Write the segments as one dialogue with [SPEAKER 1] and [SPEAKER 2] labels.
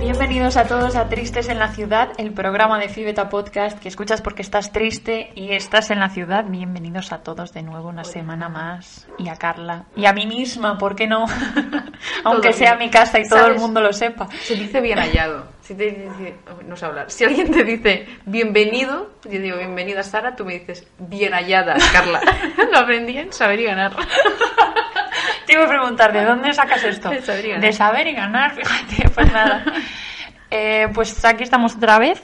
[SPEAKER 1] bienvenidos a todos a Tristes en la Ciudad, el programa de Fibeta Podcast que escuchas porque estás triste y estás en la ciudad. Bienvenidos a todos de nuevo una semana más y a Carla y a mí misma, ¿por qué no? Aunque
[SPEAKER 2] Todo
[SPEAKER 1] sea
[SPEAKER 2] bien.
[SPEAKER 1] mi casa y todo
[SPEAKER 2] ¿Sabes?
[SPEAKER 1] el mundo lo sepa.
[SPEAKER 2] Se dice bien hallado. Si te dice, no sé hablar. Si alguien te dice bienvenido, yo digo bienvenida Sara, tú me dices bien hallada, Carla. Lo aprendí en saber y ganar.
[SPEAKER 1] Te iba a preguntar, ¿de dónde sacas esto?
[SPEAKER 2] De saber y ganar.
[SPEAKER 1] De saber y ganar, fíjate, pues nada. Eh, pues aquí estamos otra vez.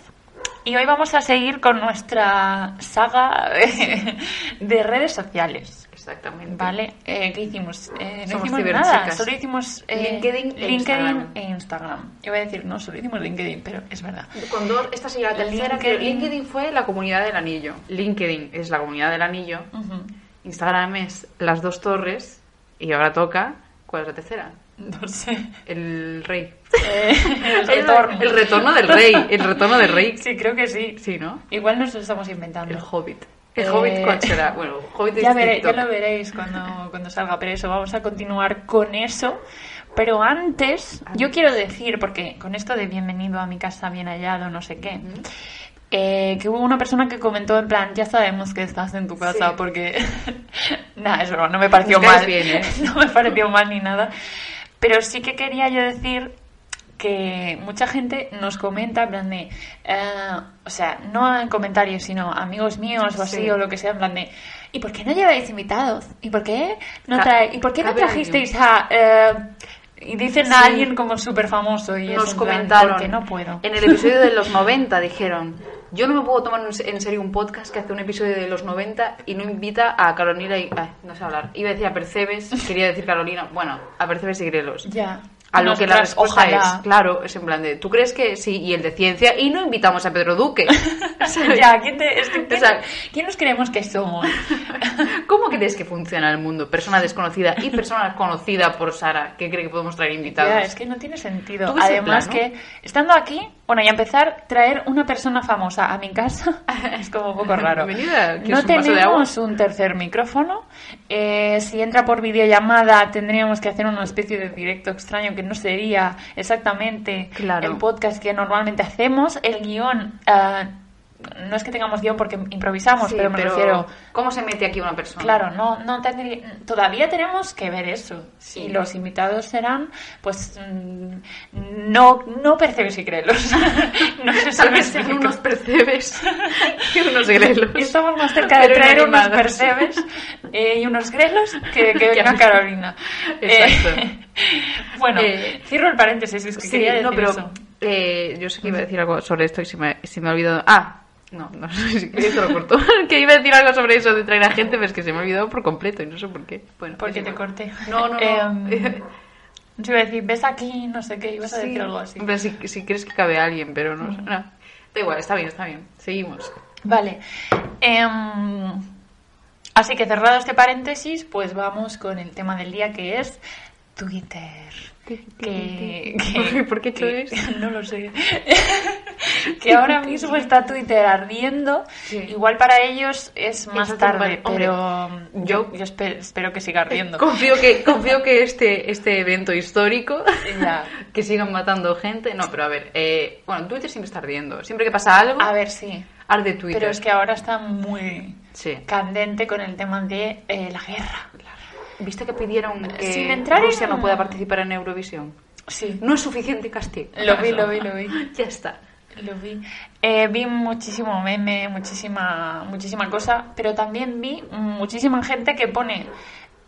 [SPEAKER 1] Y hoy vamos a seguir con nuestra saga eh, de redes sociales.
[SPEAKER 2] Exactamente.
[SPEAKER 1] Vale, eh, ¿qué hicimos? Eh, no
[SPEAKER 2] Somos
[SPEAKER 1] hicimos
[SPEAKER 2] ciberchicas.
[SPEAKER 1] nada, solo hicimos eh,
[SPEAKER 2] LinkedIn e Instagram.
[SPEAKER 1] e Instagram. Iba a decir, no, solo hicimos LinkedIn, pero es verdad.
[SPEAKER 2] Con dos, esta sería la tercera, pero
[SPEAKER 1] LinkedIn.
[SPEAKER 2] LinkedIn fue la comunidad del anillo. LinkedIn es la comunidad del anillo.
[SPEAKER 1] Ujú.
[SPEAKER 2] Instagram es las dos torres. Y ahora toca, ¿cuál es la tercera?
[SPEAKER 1] No sé.
[SPEAKER 2] El rey.
[SPEAKER 1] Eh, el retorno.
[SPEAKER 2] El retorno del rey. El retorno del rey.
[SPEAKER 1] Sí, creo que sí.
[SPEAKER 2] Sí, ¿no?
[SPEAKER 1] Igual nos lo estamos
[SPEAKER 2] El
[SPEAKER 1] inventando.
[SPEAKER 2] Hobbit. ¿El
[SPEAKER 1] Eh,
[SPEAKER 2] Hobbit cuál será? Bueno, el Hobbit
[SPEAKER 1] Ya,
[SPEAKER 2] es
[SPEAKER 1] veré- ya
[SPEAKER 2] TikTok.
[SPEAKER 1] lo veréis cuando, cuando salga, pero eso, vamos a continuar con eso. Pero antes, yo
[SPEAKER 2] Antes.
[SPEAKER 1] quiero decir, porque con esto de bienvenido a mi casa, bien hallado, no sé qué,
[SPEAKER 2] ¿Mm?
[SPEAKER 1] Eh, que hubo una persona que comentó en plan, ya sabemos que estás en tu casa
[SPEAKER 2] Sí.
[SPEAKER 1] porque... nada, eso no, no me pareció
[SPEAKER 2] Nos caes
[SPEAKER 1] mal.
[SPEAKER 2] bien, ¿eh?
[SPEAKER 1] no me pareció mal ni nada. Pero sí que quería yo decir que mucha gente nos comenta en plan de... eh, o sea, no en comentarios, sino amigos míos o así
[SPEAKER 2] Sí.
[SPEAKER 1] o lo que sea, en plan de... ¿Y por qué no lleváis invitados? ¿Y por qué no,
[SPEAKER 2] Ca-
[SPEAKER 1] trae- ¿y por qué no
[SPEAKER 2] cabe ahí un-
[SPEAKER 1] trajisteis a...? eh, y dicen a
[SPEAKER 2] Sí.
[SPEAKER 1] alguien como súper famoso y es
[SPEAKER 2] Nos
[SPEAKER 1] en plan,
[SPEAKER 2] comentaron.
[SPEAKER 1] "Porque no puedo.
[SPEAKER 2] En el episodio de los 90 dijeron: Yo no me puedo tomar en se- en serio un podcast que hace un episodio de los 90 y no invita a Carolina y. ay, no sé hablar. Iba a decir a Percebes, quería decir Carolina. Bueno, a Percebes y Grelos.
[SPEAKER 1] Ya.
[SPEAKER 2] A lo que
[SPEAKER 1] Nosotras,
[SPEAKER 2] la respuesta
[SPEAKER 1] ojalá.
[SPEAKER 2] es, claro, es en plan de, ¿tú crees que sí? Y el de ciencia, y no invitamos a Pedro Duque. ¿Sabes?
[SPEAKER 1] Ya, ¿quién, te- es que- ¿quién-
[SPEAKER 2] O sea-
[SPEAKER 1] quién nos creemos que somos?
[SPEAKER 2] ¿Cómo crees que funciona el mundo? Persona desconocida y persona conocida por Sara, que cree que podemos traer invitados.
[SPEAKER 1] Ya, es que no tiene sentido.
[SPEAKER 2] Tú ves el
[SPEAKER 1] Además
[SPEAKER 2] plan,
[SPEAKER 1] que, estando aquí, bueno, y a empezar, traer una persona famosa a mi casa es como un poco raro.
[SPEAKER 2] Bienvenida, ¿quieres
[SPEAKER 1] no
[SPEAKER 2] un vaso de
[SPEAKER 1] tenemos un tercer micrófono. Eh, si entra por videollamada, tendríamos que hacer una especie de directo extraño que no sería exactamente
[SPEAKER 2] Claro.
[SPEAKER 1] el podcast que normalmente hacemos. El guión... ah, no es que tengamos guión porque improvisamos,
[SPEAKER 2] Sí,
[SPEAKER 1] pero me refiero...
[SPEAKER 2] ¿Cómo se mete aquí una persona?
[SPEAKER 1] Claro, no, no tendría- todavía tenemos que ver eso.
[SPEAKER 2] Sí.
[SPEAKER 1] Y los invitados serán, pues, mm, no, no percebes y crelos. no se
[SPEAKER 2] Tal
[SPEAKER 1] sabe
[SPEAKER 2] vez
[SPEAKER 1] si
[SPEAKER 2] sean unos percebes y unos grelos.
[SPEAKER 1] Estamos más cerca de
[SPEAKER 2] Pero
[SPEAKER 1] traer unos
[SPEAKER 2] inanimados.
[SPEAKER 1] percebes eh, y unos grelos que, que
[SPEAKER 2] Que
[SPEAKER 1] una
[SPEAKER 2] no.
[SPEAKER 1] Carolina.
[SPEAKER 2] Exacto.
[SPEAKER 1] Eh, bueno,
[SPEAKER 2] Eh,
[SPEAKER 1] cierro el paréntesis, es que
[SPEAKER 2] Sí,
[SPEAKER 1] quería decir
[SPEAKER 2] no, pero
[SPEAKER 1] eso.
[SPEAKER 2] eh, yo sé que iba a decir algo sobre esto y se me, se me ha olvidado. Ah, no, no sé si queréis te lo corto. que iba a decir algo sobre eso de traer a gente, pero es que se me ha olvidado por completo y no sé por qué. Bueno,
[SPEAKER 1] Porque
[SPEAKER 2] es
[SPEAKER 1] te
[SPEAKER 2] igual.
[SPEAKER 1] corté.
[SPEAKER 2] No, no, no.
[SPEAKER 1] Em, yo iba a decir, ves aquí, no sé qué, ibas a
[SPEAKER 2] Sí,
[SPEAKER 1] decir algo así.
[SPEAKER 2] en plan, si, si crees que cabe alguien, pero no, no. Da igual, está bien, está bien. Seguimos.
[SPEAKER 1] Vale. Em, así que cerrado este paréntesis, pues vamos con el tema del día que es Twitter. Que,
[SPEAKER 2] ¿Por qué- por qué
[SPEAKER 1] que-
[SPEAKER 2] he hecho
[SPEAKER 1] No lo sé. que ahora mismo está Twitter ardiendo.
[SPEAKER 2] Sí.
[SPEAKER 1] Igual para ellos es más
[SPEAKER 2] Eso te
[SPEAKER 1] tarde,
[SPEAKER 2] vale. Hombre,
[SPEAKER 1] pero mm, yo,
[SPEAKER 2] yo-
[SPEAKER 1] yo espe- espero que siga ardiendo.
[SPEAKER 2] Confío que, confío que este, este evento histórico,
[SPEAKER 1] Ya.
[SPEAKER 2] que sigan matando gente. No, pero a ver, eh, bueno, Twitter siempre está ardiendo. Siempre que pasa algo,
[SPEAKER 1] A ver, sí.
[SPEAKER 2] arde Twitter.
[SPEAKER 1] Pero es que ahora está muy
[SPEAKER 2] Sí.
[SPEAKER 1] candente con el tema de eh, la guerra.
[SPEAKER 2] ¿Viste que pidieron que
[SPEAKER 1] Sin entrar en-
[SPEAKER 2] Rusia no pueda participar Eh, en Eurovisión?
[SPEAKER 1] Sí.
[SPEAKER 2] No es suficiente castigo.
[SPEAKER 1] Lo vi,
[SPEAKER 2] Eso.
[SPEAKER 1] lo vi, lo vi.
[SPEAKER 2] Ya está.
[SPEAKER 1] Lo vi. Eh, vi muchísimo meme, muchísima, muchísima cosa, pero también vi muchísima gente que pone.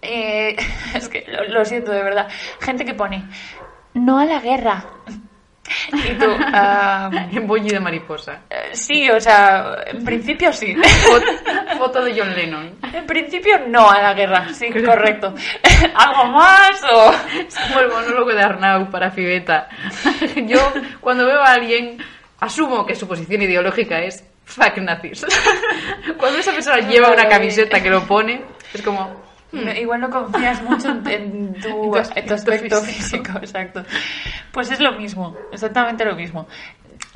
[SPEAKER 1] eh, es que lo, lo siento de verdad. Gente que pone. No a la guerra. Y tú. ah,
[SPEAKER 2] En Boñi de mariposa.
[SPEAKER 1] eh, sí, o sea, en principio sí.
[SPEAKER 2] Fo- Foto de John Lennon.
[SPEAKER 1] En principio no a la guerra, sí, correcto. ¿Algo más o.?
[SPEAKER 2] Es como el monólogo de Arnau para Fibeta. Yo, cuando veo a alguien, asumo que su posición ideológica es fuck nazis. Cuando esa persona lleva una camiseta que lo pone, es como...
[SPEAKER 1] No, igual no confías mucho en, Hmm. en tu,
[SPEAKER 2] En tu
[SPEAKER 1] en tu aspecto
[SPEAKER 2] aspecto
[SPEAKER 1] físico, exacto. Pues es lo mismo, exactamente lo mismo.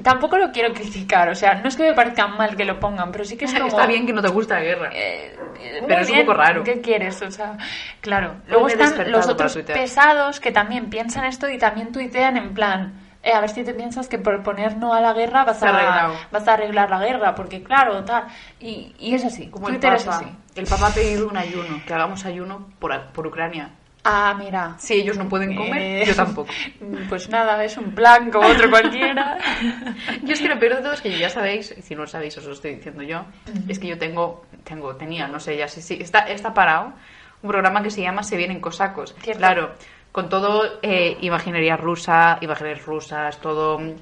[SPEAKER 1] Tampoco lo quiero criticar, o sea, no es que me parezca mal que lo pongan, pero sí que es como...
[SPEAKER 2] Está bien que no te gusta la guerra.
[SPEAKER 1] eh, eh,
[SPEAKER 2] Pero
[SPEAKER 1] muy
[SPEAKER 2] es un
[SPEAKER 1] bien,
[SPEAKER 2] poco raro.
[SPEAKER 1] ¿Qué quieres? O sea, claro.
[SPEAKER 2] Hoy
[SPEAKER 1] Luego
[SPEAKER 2] me he
[SPEAKER 1] están
[SPEAKER 2] despertado
[SPEAKER 1] los
[SPEAKER 2] para
[SPEAKER 1] otros
[SPEAKER 2] tuitear.
[SPEAKER 1] pesados que también piensan esto y también tuitean en plan, eh, a ver si te piensas que por poner no a la guerra vas
[SPEAKER 2] Está
[SPEAKER 1] a,
[SPEAKER 2] arreglado.
[SPEAKER 1] vas a arreglar la guerra, porque claro, tal. Y, y es así,
[SPEAKER 2] Como
[SPEAKER 1] Twitter
[SPEAKER 2] el
[SPEAKER 1] es
[SPEAKER 2] Papa.
[SPEAKER 1] así.
[SPEAKER 2] El Papa ha pedido un ayuno, que hagamos ayuno por, por Ucrania.
[SPEAKER 1] Ah, mira.
[SPEAKER 2] Si ellos no pueden comer,
[SPEAKER 1] Eh,
[SPEAKER 2] yo tampoco.
[SPEAKER 1] Pues nada, es un plan como otro cualquiera.
[SPEAKER 2] Yo es que lo peor de todo es que ya sabéis, y si no lo sabéis os lo estoy diciendo yo, es que yo tengo, tengo, tenía, no sé, ya sí, sí, está, está parado, un programa que se llama Se vienen cosacos.
[SPEAKER 1] Cierto.
[SPEAKER 2] Claro, con todo eh, imaginería rusa, imaginarias rusas, todo mm,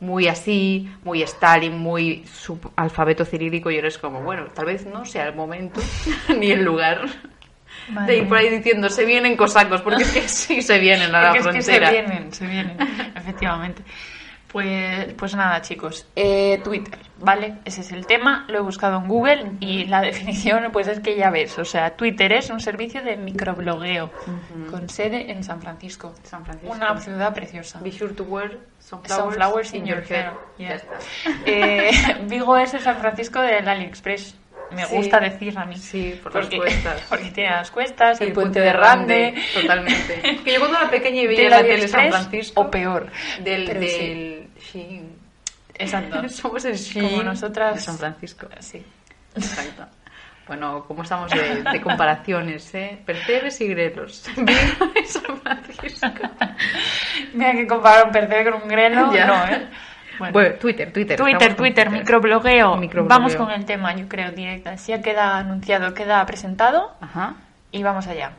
[SPEAKER 2] muy así, muy Stalin, muy sub- alfabeto cirílico, y eres como, bueno, tal vez no sea el momento ni el lugar.
[SPEAKER 1] Madre
[SPEAKER 2] De ir por ahí diciendo, se vienen cosacos, porque es que sí se vienen a la
[SPEAKER 1] Porque es que
[SPEAKER 2] frontera.
[SPEAKER 1] se vienen, se vienen, efectivamente. Pues, pues nada, chicos. Eh, Twitter, ¿vale? Ese es el tema. Lo he buscado en Google y la definición, pues es que ya ves. O sea, Twitter es un servicio de microblogueo con sede en San Francisco.
[SPEAKER 2] San Francisco.
[SPEAKER 1] Una ciudad preciosa.
[SPEAKER 2] Be sure to wear sunflowers,
[SPEAKER 1] Sunflowers in your hair.
[SPEAKER 2] Ya
[SPEAKER 1] Yeah.
[SPEAKER 2] está.
[SPEAKER 1] Eh, Vigo es el San Francisco del AliExpress. Me
[SPEAKER 2] Sí.
[SPEAKER 1] gusta decir a mí.
[SPEAKER 2] Sí, por las cuestas.
[SPEAKER 1] Porque tiene las cuestas, el,
[SPEAKER 2] El
[SPEAKER 1] puente de Rande.
[SPEAKER 2] Totalmente. Es que yo cuando era pequeña y veía
[SPEAKER 1] del
[SPEAKER 2] la tele de San
[SPEAKER 1] AliExpress
[SPEAKER 2] Francisco.
[SPEAKER 1] o peor.
[SPEAKER 2] Del,
[SPEAKER 1] Pero sí,
[SPEAKER 2] del Shein.
[SPEAKER 1] Exacto.
[SPEAKER 2] Somos el Shein
[SPEAKER 1] Como nosotras.
[SPEAKER 2] de San Francisco.
[SPEAKER 1] Sí.
[SPEAKER 2] Exacto. Bueno, ¿cómo estamos de, de comparaciones, eh? Percebes y grelos. de San Francisco.
[SPEAKER 1] Mira que comparar un percebe con un grelo.
[SPEAKER 2] Ya.
[SPEAKER 1] No, ¿eh?
[SPEAKER 2] Bueno, Twitter, Twitter.
[SPEAKER 1] Twitter,
[SPEAKER 2] estamos con
[SPEAKER 1] Twitter, microblogueo.
[SPEAKER 2] Microblogueo.
[SPEAKER 1] Vamos con el tema, yo creo, directa. Si ya queda anunciado, queda presentado
[SPEAKER 2] Ajá.
[SPEAKER 1] y vamos allá.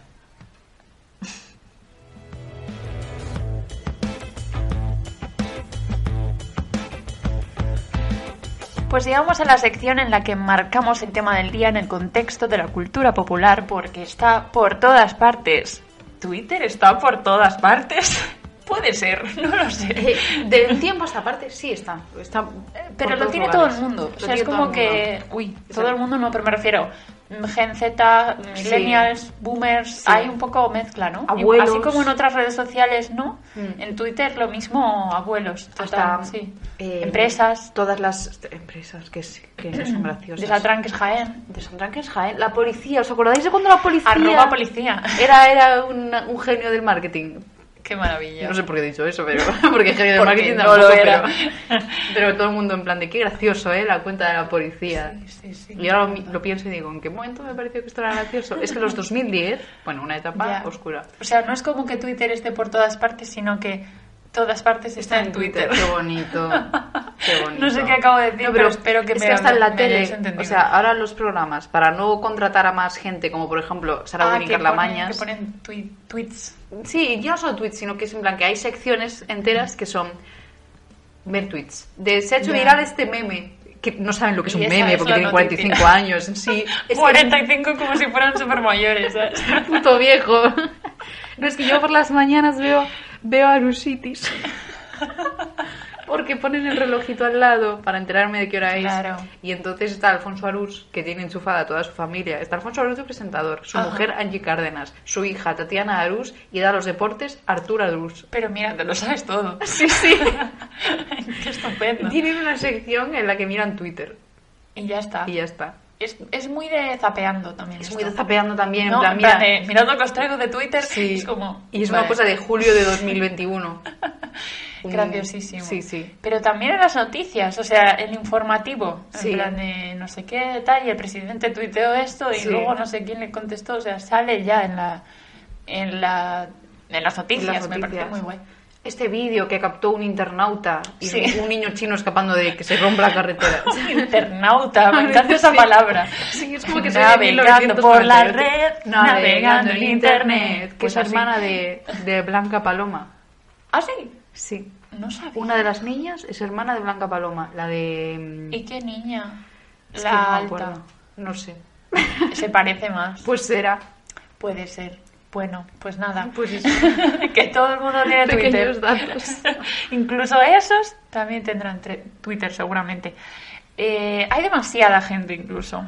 [SPEAKER 1] Pues llegamos a la sección en la que marcamos el tema del día en el contexto de la cultura popular porque está por todas partes. Twitter está por todas partes. Puede ser, no lo sé.
[SPEAKER 2] Eh, de un tiempo a esta parte sí está. está por
[SPEAKER 1] Pero lo
[SPEAKER 2] todos
[SPEAKER 1] tiene todo
[SPEAKER 2] lugares.
[SPEAKER 1] el mundo. O
[SPEAKER 2] Lo
[SPEAKER 1] sea, es
[SPEAKER 2] tiene todo
[SPEAKER 1] como
[SPEAKER 2] el
[SPEAKER 1] que...
[SPEAKER 2] mundo.
[SPEAKER 1] Uy,
[SPEAKER 2] Sí.
[SPEAKER 1] todo el mundo no, pero me refiero... mm, Gen Z, millennials, boomers,
[SPEAKER 2] Sí.
[SPEAKER 1] hay un poco mezcla, ¿no? Y
[SPEAKER 2] Abuelos.
[SPEAKER 1] Así como en otras redes sociales, ¿no?
[SPEAKER 2] Mm.
[SPEAKER 1] En Twitter lo mismo, abuelos, total,
[SPEAKER 2] hasta
[SPEAKER 1] sí.
[SPEAKER 2] eh,
[SPEAKER 1] Empresas,
[SPEAKER 2] Todas las empresas que, es- que no son graciosas.
[SPEAKER 1] de Satranques Jaén,
[SPEAKER 2] De Satranques, Jaén. La policía, ¿os acordáis de cuando la policía...
[SPEAKER 1] arroba policía.
[SPEAKER 2] Era, era una- un genio del marketing.
[SPEAKER 1] Qué maravilla.
[SPEAKER 2] No sé por qué he dicho eso, pero... Porque genio del
[SPEAKER 1] Porque
[SPEAKER 2] marketing
[SPEAKER 1] no
[SPEAKER 2] tampoco,
[SPEAKER 1] lo era.
[SPEAKER 2] Pero, pero todo el mundo en plan de qué gracioso, ¿eh? La cuenta de la policía.
[SPEAKER 1] Sí, sí.
[SPEAKER 2] Y ahora lo, mi- lo pienso y digo, ¿en qué momento me pareció que esto era gracioso? Es que los 2010, bueno, una etapa
[SPEAKER 1] Ya.
[SPEAKER 2] oscura.
[SPEAKER 1] O sea, no es como que Twitter esté por todas partes, sino que todas partes están en Twitter.
[SPEAKER 2] Qué bonito. Qué bonito.
[SPEAKER 1] No sé qué acabo de decir, pero espero que
[SPEAKER 2] es
[SPEAKER 1] me
[SPEAKER 2] que hasta en la
[SPEAKER 1] me hayáis
[SPEAKER 2] tele,
[SPEAKER 1] entendido.
[SPEAKER 2] o sea, ahora los programas para no contratar a más gente, como por ejemplo Sara
[SPEAKER 1] Ah,
[SPEAKER 2] Boni y
[SPEAKER 1] que
[SPEAKER 2] Carla
[SPEAKER 1] ponen-
[SPEAKER 2] Mañas.
[SPEAKER 1] Que ponen tui- tweets.
[SPEAKER 2] Sí, yo no solo tweets, sino que es en plan que hay secciones enteras que son ver tweets. De se ha hecho
[SPEAKER 1] Ya.
[SPEAKER 2] viral este meme, que no saben lo que es
[SPEAKER 1] Y
[SPEAKER 2] un
[SPEAKER 1] esa
[SPEAKER 2] meme
[SPEAKER 1] es
[SPEAKER 2] porque
[SPEAKER 1] la
[SPEAKER 2] tienen
[SPEAKER 1] noticia.
[SPEAKER 2] 45 años. Sí, Este es
[SPEAKER 1] 45 como si fueran super mayores, ¿sabes?
[SPEAKER 2] puto viejo. No es que yo por las mañanas veo, veo a Lusitis. Porque ponen el relojito al lado para enterarme de qué hora es.
[SPEAKER 1] Claro.
[SPEAKER 2] Y entonces está Alfonso Arús, que tiene enchufada a toda su familia. Está Alfonso Arús de presentador, su
[SPEAKER 1] Ajá.
[SPEAKER 2] mujer Angie Cárdenas, su hija Tatiana Arús y da los deportes Arturo Arús.
[SPEAKER 1] Pero mira, te lo sabes todo.
[SPEAKER 2] Sí, sí.
[SPEAKER 1] Qué estupendo.
[SPEAKER 2] Tienen una sección en la que miran Twitter
[SPEAKER 1] Y ya está.
[SPEAKER 2] y ya está.
[SPEAKER 1] Es, es muy de zapeando también.
[SPEAKER 2] Es
[SPEAKER 1] esto.
[SPEAKER 2] muy de zapeando también, en
[SPEAKER 1] No,
[SPEAKER 2] plan,
[SPEAKER 1] en plan
[SPEAKER 2] mira,
[SPEAKER 1] de, mirad lo que os traigo de Twitter.
[SPEAKER 2] Sí.
[SPEAKER 1] Es como...
[SPEAKER 2] Y es una
[SPEAKER 1] vale,
[SPEAKER 2] cosa de julio de 2021. Un-
[SPEAKER 1] Graciosísimo.
[SPEAKER 2] Sí, sí.
[SPEAKER 1] Pero también en las noticias, o sea, el informativo. En
[SPEAKER 2] Sí.
[SPEAKER 1] plan de no sé qué tal, y el presidente tuiteó esto y
[SPEAKER 2] Sí.
[SPEAKER 1] luego no sé quién le contestó. O sea, sale ya en la... En la... En las noticias,
[SPEAKER 2] Las
[SPEAKER 1] me parece
[SPEAKER 2] noticias.
[SPEAKER 1] muy guay.
[SPEAKER 2] Este vídeo que captó un internauta y
[SPEAKER 1] Sí.
[SPEAKER 2] un niño chino escapando de que se rompa la carretera.
[SPEAKER 1] Internauta, me encanta esa
[SPEAKER 2] Sí.
[SPEAKER 1] palabra.
[SPEAKER 2] Sí, es como que se
[SPEAKER 1] Navegando por la red, navegando en internet.
[SPEAKER 2] Que
[SPEAKER 1] Pues
[SPEAKER 2] es
[SPEAKER 1] así.
[SPEAKER 2] hermana de, de Blanca Paloma.
[SPEAKER 1] ¿Ah, sí?
[SPEAKER 2] Sí.
[SPEAKER 1] No sabía.
[SPEAKER 2] Una de las niñas es hermana de Blanca Paloma, la de...
[SPEAKER 1] ¿Y qué niña?
[SPEAKER 2] es que
[SPEAKER 1] la
[SPEAKER 2] no me
[SPEAKER 1] alta.
[SPEAKER 2] acuerdo. No sé.
[SPEAKER 1] Se parece más.
[SPEAKER 2] Pues será.
[SPEAKER 1] Puede ser. Bueno, pues nada.
[SPEAKER 2] Pues eso.
[SPEAKER 1] que todo el mundo tiene
[SPEAKER 2] Pequeños
[SPEAKER 1] Twitter.
[SPEAKER 2] datos.
[SPEAKER 1] Incluso esos también tendrán tre- Twitter seguramente. Eh, hay demasiada gente incluso.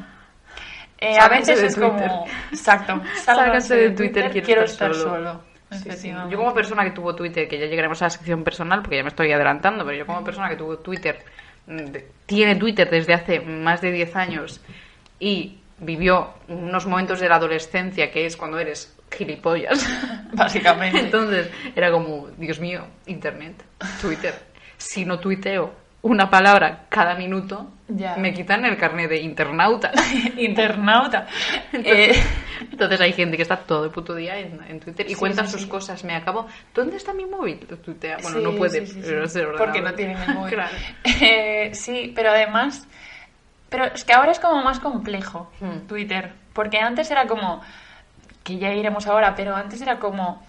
[SPEAKER 1] Eh, a
[SPEAKER 2] Sálganse
[SPEAKER 1] veces
[SPEAKER 2] de
[SPEAKER 1] es
[SPEAKER 2] Twitter.
[SPEAKER 1] como... Exacto.
[SPEAKER 2] Sálganse de Twitter, quiero estar
[SPEAKER 1] estar
[SPEAKER 2] solo.
[SPEAKER 1] solo.
[SPEAKER 2] Sí, sí.
[SPEAKER 1] Efectivamente.
[SPEAKER 2] Yo como persona que tuvo Twitter, que ya llegaremos a la sección personal porque ya me estoy adelantando, pero yo como persona que tuvo Twitter, mm, de- tiene Twitter desde hace más de 10 años y vivió unos momentos de la adolescencia, que es cuando eres gilipollas.
[SPEAKER 1] Básicamente.
[SPEAKER 2] Entonces era como, Dios mío, Internet, Twitter. Si no tuiteo una palabra cada minuto,
[SPEAKER 1] Ya.
[SPEAKER 2] me quitan el carnet de internauta.
[SPEAKER 1] Internauta.
[SPEAKER 2] Entonces,
[SPEAKER 1] Eh,
[SPEAKER 2] entonces hay gente que está todo el puto día en, en Twitter y
[SPEAKER 1] Sí,
[SPEAKER 2] cuenta
[SPEAKER 1] sí,
[SPEAKER 2] sus
[SPEAKER 1] sí.
[SPEAKER 2] cosas. Me acabo. ¿Dónde está mi móvil? Lo tuitea. Bueno,
[SPEAKER 1] sí,
[SPEAKER 2] no
[SPEAKER 1] sí,
[SPEAKER 2] puede.
[SPEAKER 1] sí, sí.
[SPEAKER 2] pero es el
[SPEAKER 1] Porque
[SPEAKER 2] ordenador.
[SPEAKER 1] no tienen el móvil.
[SPEAKER 2] Claro.
[SPEAKER 1] Eh, sí, pero además. Pero es que ahora es como más complejo
[SPEAKER 2] Hmm.
[SPEAKER 1] Twitter. Porque antes era como. Que ya iremos ahora, pero antes era como.